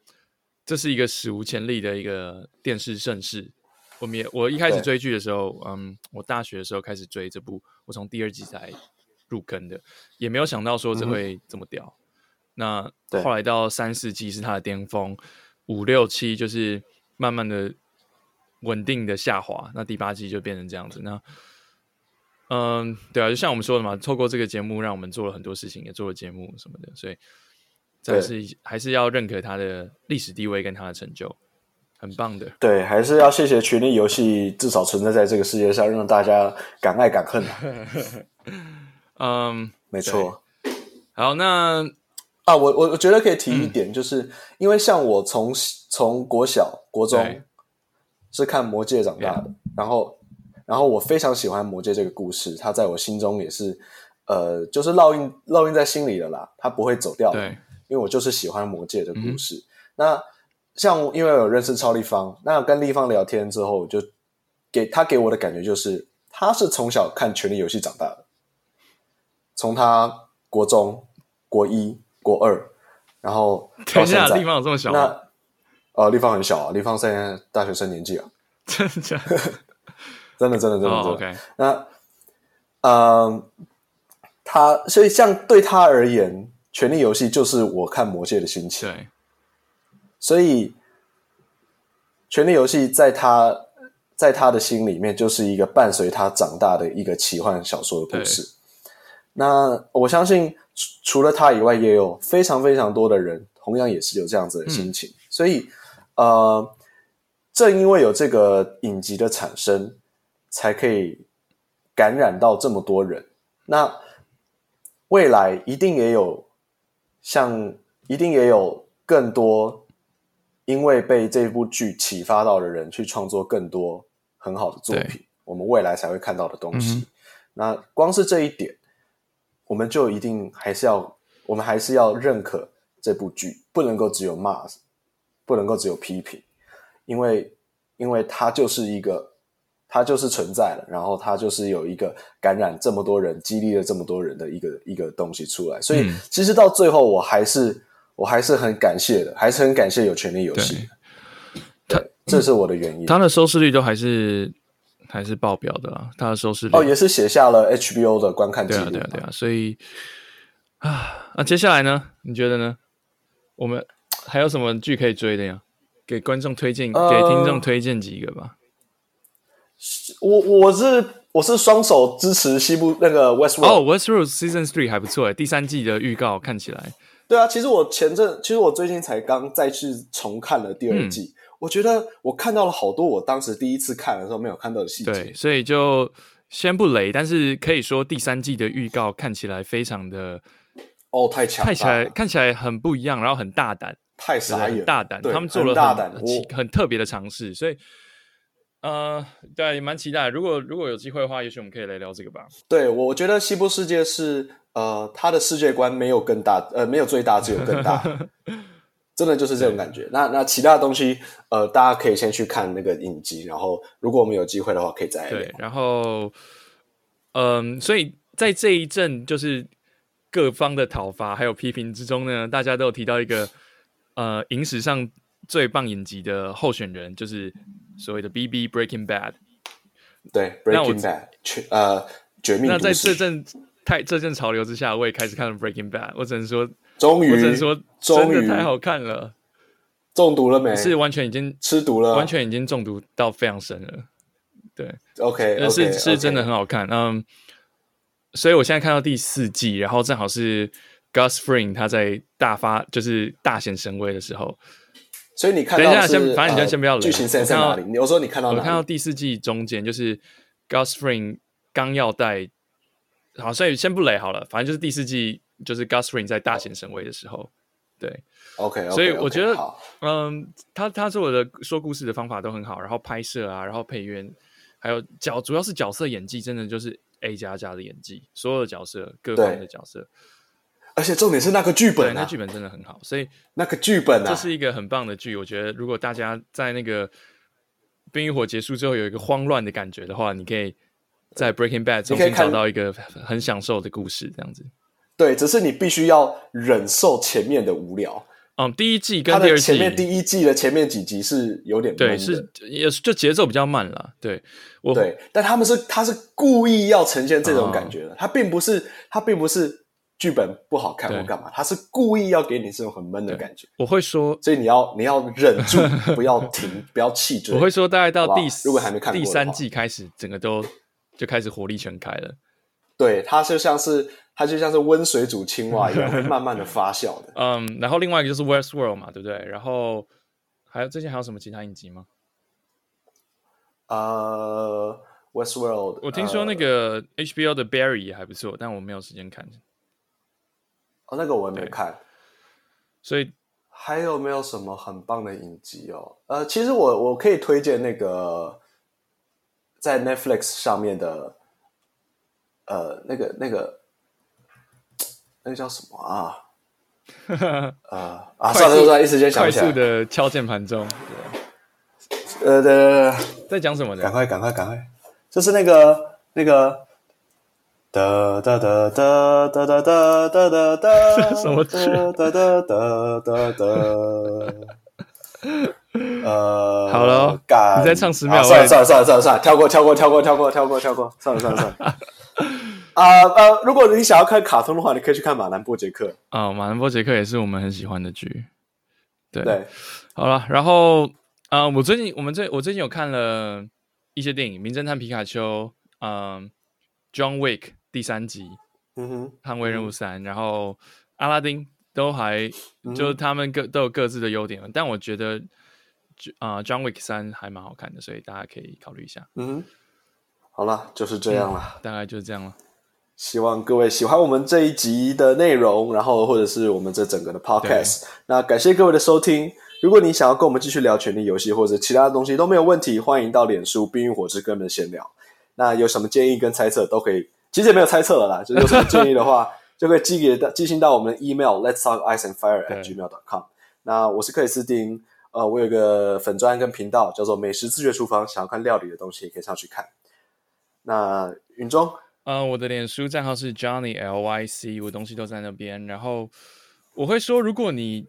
S2: 这是一个史无前例的一个电视盛世。我们也，我一开始
S1: 对
S2: 追剧的时候，嗯，我大学的时候开始追这部，我从第二季才入坑的，也没有想到说这
S1: 嗯哼
S2: 会这么屌。那
S1: 对
S2: 后来到三四季是它的巅峰，五六七就是慢慢的稳定的下滑，那第八季就变成这样子。那嗯，对啊，就像我们说的嘛，透过这个节目，让我们做了很多事情，也做了节目什么的，所以但是还是要认可他的历史地位跟他的成就，很棒的。
S1: 对，还是要谢谢《权力游戏》至少存在在这个世界上，让大家敢爱敢恨 啊。
S2: 嗯，
S1: 没错
S2: 好，那
S1: 啊，我我我觉得可以提
S2: 嗯
S1: 一点，就是、因为像我从从国小、国中
S2: 对
S1: 是看《魔戒》长大的然后然后我非常喜欢《魔戒》这个故事，它在我心中也是呃，就是烙印烙印在心里的啦，它不会走掉的。
S2: 对，嗯
S1: 因为我就是喜欢魔界的故事。那像因为我有认识超立方，那跟立方聊天之后，我就给他给我的感觉就是，他是从小看《权力游戏》长大的，从他国中、国一、国二，然后到
S2: 等一
S1: 现
S2: 下，
S1: 在。
S2: 地方有这么小吗？
S1: 那呃，立方很小啊，立方现在大学生年纪啊，
S2: 真 的假的？
S1: 真的真的真的真的。
S2: 哦，OK，
S1: 那，嗯，他所以像对他而言，《权力游戏》就是我看魔界的心情。
S2: 对，
S1: 所以，《权力游戏》在他在他的心里面，就是一个伴随他长大的一个奇幻小说的故事。那我相信，除除了他以外，也有非常非常多的人，同样也是有这样子的心情。所以，呃，正因为有这个影集的产生，才可以感染到这么多人。那未来一定也有像，一定也有更多因为被这部剧启发到的人去创作更多很好的作品，我们未来才会看到的东西。
S2: 嗯
S1: 那光是这一点，我们就一定还是要，我们还是要认可这部剧，不能够只有骂，不能够只有批评，因为因为它就是一个，它就是存在了，然后它就是有一个感染这么多人、激励了这么多人的一个一个东西出来。所以
S2: 嗯
S1: 其实到最后，我还是我还是很感谢的，还是很感谢有权利游戏。
S2: 对
S1: 对这是我的原因。
S2: 它的收视率都还是还是爆表的啦，它的收视率
S1: 哦，也是写下了 HBO 的观看记录
S2: 对
S1: 嘛。
S2: 啊，对啊，对啊，所以啊，那、接下来呢？你觉得呢？我们还有什么剧可以追的呀？给观众推荐，
S1: 呃
S2: 给听众推荐几个吧。
S1: 我我是我是双手支持西部那个 Westworld
S2: 哦、w e s t w o r l d Season Three 还不错欸诶，第三季的预告看起来，
S1: 对啊，其实我前阵，其实我最近才刚再去重看了第
S2: 嗯
S1: 二季，我觉得我看到了好多我当时第一次看的时候没有看到的细
S2: 对，
S1: 节。
S2: 所以就先不雷，但是可以说第三季的预告看起来非常的，
S1: 哦，太强大了，
S2: 看起来看起来很不一样，然后很大胆，
S1: 太傻
S2: 对
S1: 眼了，
S2: 很大胆，
S1: 对
S2: 他们做了
S1: 很大胆，
S2: 很奇
S1: 我
S2: 很特别的尝试，所以呃，对，也蛮期待。如果如果有机会的话，也许我们可以来聊这个吧。
S1: 对我觉得西部世界是呃，他的世界观没有更大，呃，没有最大，只有更 大。真的就是这种感觉。那那其他的东西，呃，大家可以先去看那个影集，然后如果我们有机会的话，可以再来聊
S2: 对，然后嗯，所以在这一阵就是各方的讨伐还有批评之中呢，大家都有提到一个呃影史上最棒影集的候选人，就是所谓的 BB Breaking Bad。
S1: 对
S2: 那我
S1: ，Breaking Bad，去呃，绝命
S2: 那
S1: 毒
S2: 在这
S1: 师，
S2: 阵太这阵潮流之下，我也开始看了 Breaking Bad。我只能说，
S1: 终
S2: 我
S1: 于，
S2: 只能说，真
S1: 嗯终于哎
S2: 的太好看了，
S1: 中毒了没？
S2: 是完全已经
S1: 吃毒了，
S2: 完全已经中毒到非常深了。对，
S1: OK，
S2: 呃，是是真的很好看，嗯，所以我现在看到第四季，然后正好是 Gus Fring 他在大发就是大显神威的时候，
S1: 所以你看
S2: 等
S1: 到
S2: 一下
S1: 是
S2: 先反正你
S1: 呃
S2: 先不要聊
S1: 剧情线在哪里？
S2: 我看到
S1: 你我说你看到
S2: 我
S1: 哪里？
S2: 看到第四季中间就是 Gus Fring 刚要带，好，所以先不雷好了，反正就是第四季就是 Gus Fring 在大显神威的时候，对，
S1: OK，, o k
S2: 所以我觉得
S1: 好，
S2: 嗯，他他做的说故事的方法都很好，然后拍摄啊，然后配乐，还有角，主要是角色演技，真的就是 A 加加的演技，所有的角色，各方面的角色，
S1: 而且重点是那个剧
S2: 对，
S1: 本
S2: 那
S1: 啊，
S2: 剧本真的很好，所以
S1: 那个剧本
S2: 这
S1: 啊，
S2: 是一个很棒的剧。我觉得如果大家在那个《冰与火》结束之后有一个慌乱的感觉的话，你可以在《Breaking Bad》重
S1: 你可以
S2: 新
S1: 看
S2: 找到一个很享受的故事，这样子。
S1: 对，只是你必须要忍受前面的无聊。
S2: 嗯，第一季跟
S1: 它
S2: 第
S1: 的
S2: 二
S1: 前
S2: 季
S1: 面第一季的前面几集是有点闷
S2: 对
S1: 的
S2: 是也是就节奏比较慢了，对我
S1: 对，但他们是他是故意要呈现这种感觉
S2: 哦
S1: 的，他并不是他并不是剧本不好看
S2: 对
S1: 或干嘛，他是故意要给你这种很闷的
S2: 对
S1: 感觉，
S2: 我会说
S1: 所以你要你要忍 住，不要停，不要气追。
S2: 我会说大概到
S1: 好不好
S2: 第四
S1: 如果还没看过的
S2: 第
S1: 话
S2: 三季开始，整个都就开始火力全开了。
S1: 对，它就像是它就像是温水煮青蛙一样， 会慢慢的发酵的。
S2: 嗯，然后另外一个就是 Westworld 嘛，对不对？然后还有最近还有什么其他影集吗？
S1: 呃，Westworld，
S2: 我听说那
S1: 呃
S2: 个 HBO 的 Barry 也还不错，但我没有时间看，
S1: 哦，那个我也没看。
S2: 所以
S1: 还有没有什么很棒的影集哦？呃，其实我我可以推荐那个在 Netflix 上面的，呃，那个那个那个叫什么 啊？呃啊，
S2: 快速
S1: 算了算了算了，一时间想
S2: 快
S1: 不起
S2: 速
S1: 来。
S2: 的敲键盘中，
S1: 呃，对对对对。
S2: 在讲什么
S1: 赶
S2: 的？
S1: 快，赶快，赶快！就是那个那个，哒哒哒哒哒哒哒哒哒哒，
S2: 什么曲
S1: 哒哒哒哒 哒。呃，
S2: 好了哦
S1: 干
S2: 你再唱10秒
S1: 啊算了算了算了算了算了，跳过跳过跳过跳过跳过跳过，算了算了算了。啊呃，如果你想要看卡通的话，你可以去看《马南波杰克》。
S2: 啊、马兰波杰克也是我们很喜欢的剧。对，
S1: 对，
S2: 好了，然后啊、呃我最近我们最我最近有看了一些电影，《名侦探皮卡丘》嗯，《John Wick》第三集，
S1: 嗯哼，
S2: 《捍卫任务三》，
S1: 嗯
S2: 然后《阿拉丁》都还就是他们各都有各自的优点，但我觉得啊、呃《John Wick 三》还蛮好看的，所以大家可以考虑一下。
S1: 嗯哼，好了，就是这样了。
S2: 大概就是这样了。
S1: 希望各位喜欢我们这一集的内容，然后或者是我们这整个的 podcast。那感谢各位的收听。如果你想要跟我们继续聊权力游戏或者其他的东西都没有问题，欢迎到脸书“冰与火之歌”跟我们闲聊。那有什么建议跟猜测都可以，其实也没有猜测了啦，就是有什么 建议的话，就可以寄给寄信到我们的 email let's talk ice and fire at
S2: 对
S1: gmail.com。那我是克里斯汀，呃，我有一个粉专跟频道叫做“美食自学厨房”，想要看料理的东西也可以上去看。那云中，
S2: 嗯，我的脸书账号是 Johnny L Y C，我东西都在那边。然后我会说，如果你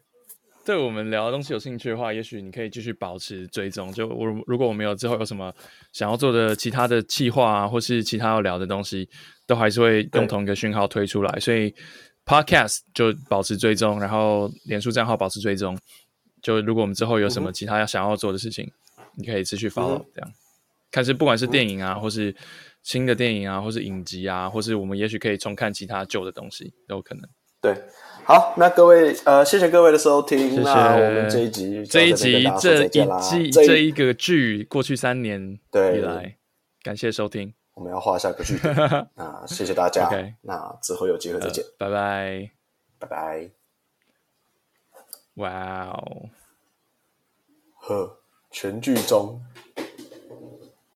S2: 对我们聊的东西有兴趣的话，也许你可以继续保持追踪。就我如果我们有之后有什么想要做的其他的计划啊，或是其他要聊的东西，都还是会
S1: 对
S2: 用同一个讯号推出来。所以 Podcast 就保持追踪，然后脸书账号保持追踪。就如果我们之后有什么其他要想要做的事情，你可以持续 follow、这样。看是不管
S1: 嗯
S2: 是电影啊，或是新的电影啊，或是影集啊，或是我们也许可以重看其他旧的东西，都有可能。
S1: 对，好，那各位呃，谢谢各位的收听。
S2: 谢
S1: 那我们这一集就
S2: 这一
S1: 到边
S2: 集
S1: 跟大家说
S2: 这
S1: 再
S2: 一
S1: 见啦
S2: 季
S1: 这
S2: 这一个剧，过去三年
S1: 对
S2: 以来，感谢收听。
S1: 我们要画下个句 点。那谢谢大家
S2: OK
S1: 那之后有机会再见，
S2: 呃拜拜。
S1: 拜拜。
S2: 哇哦！
S1: 呃呵，全剧终。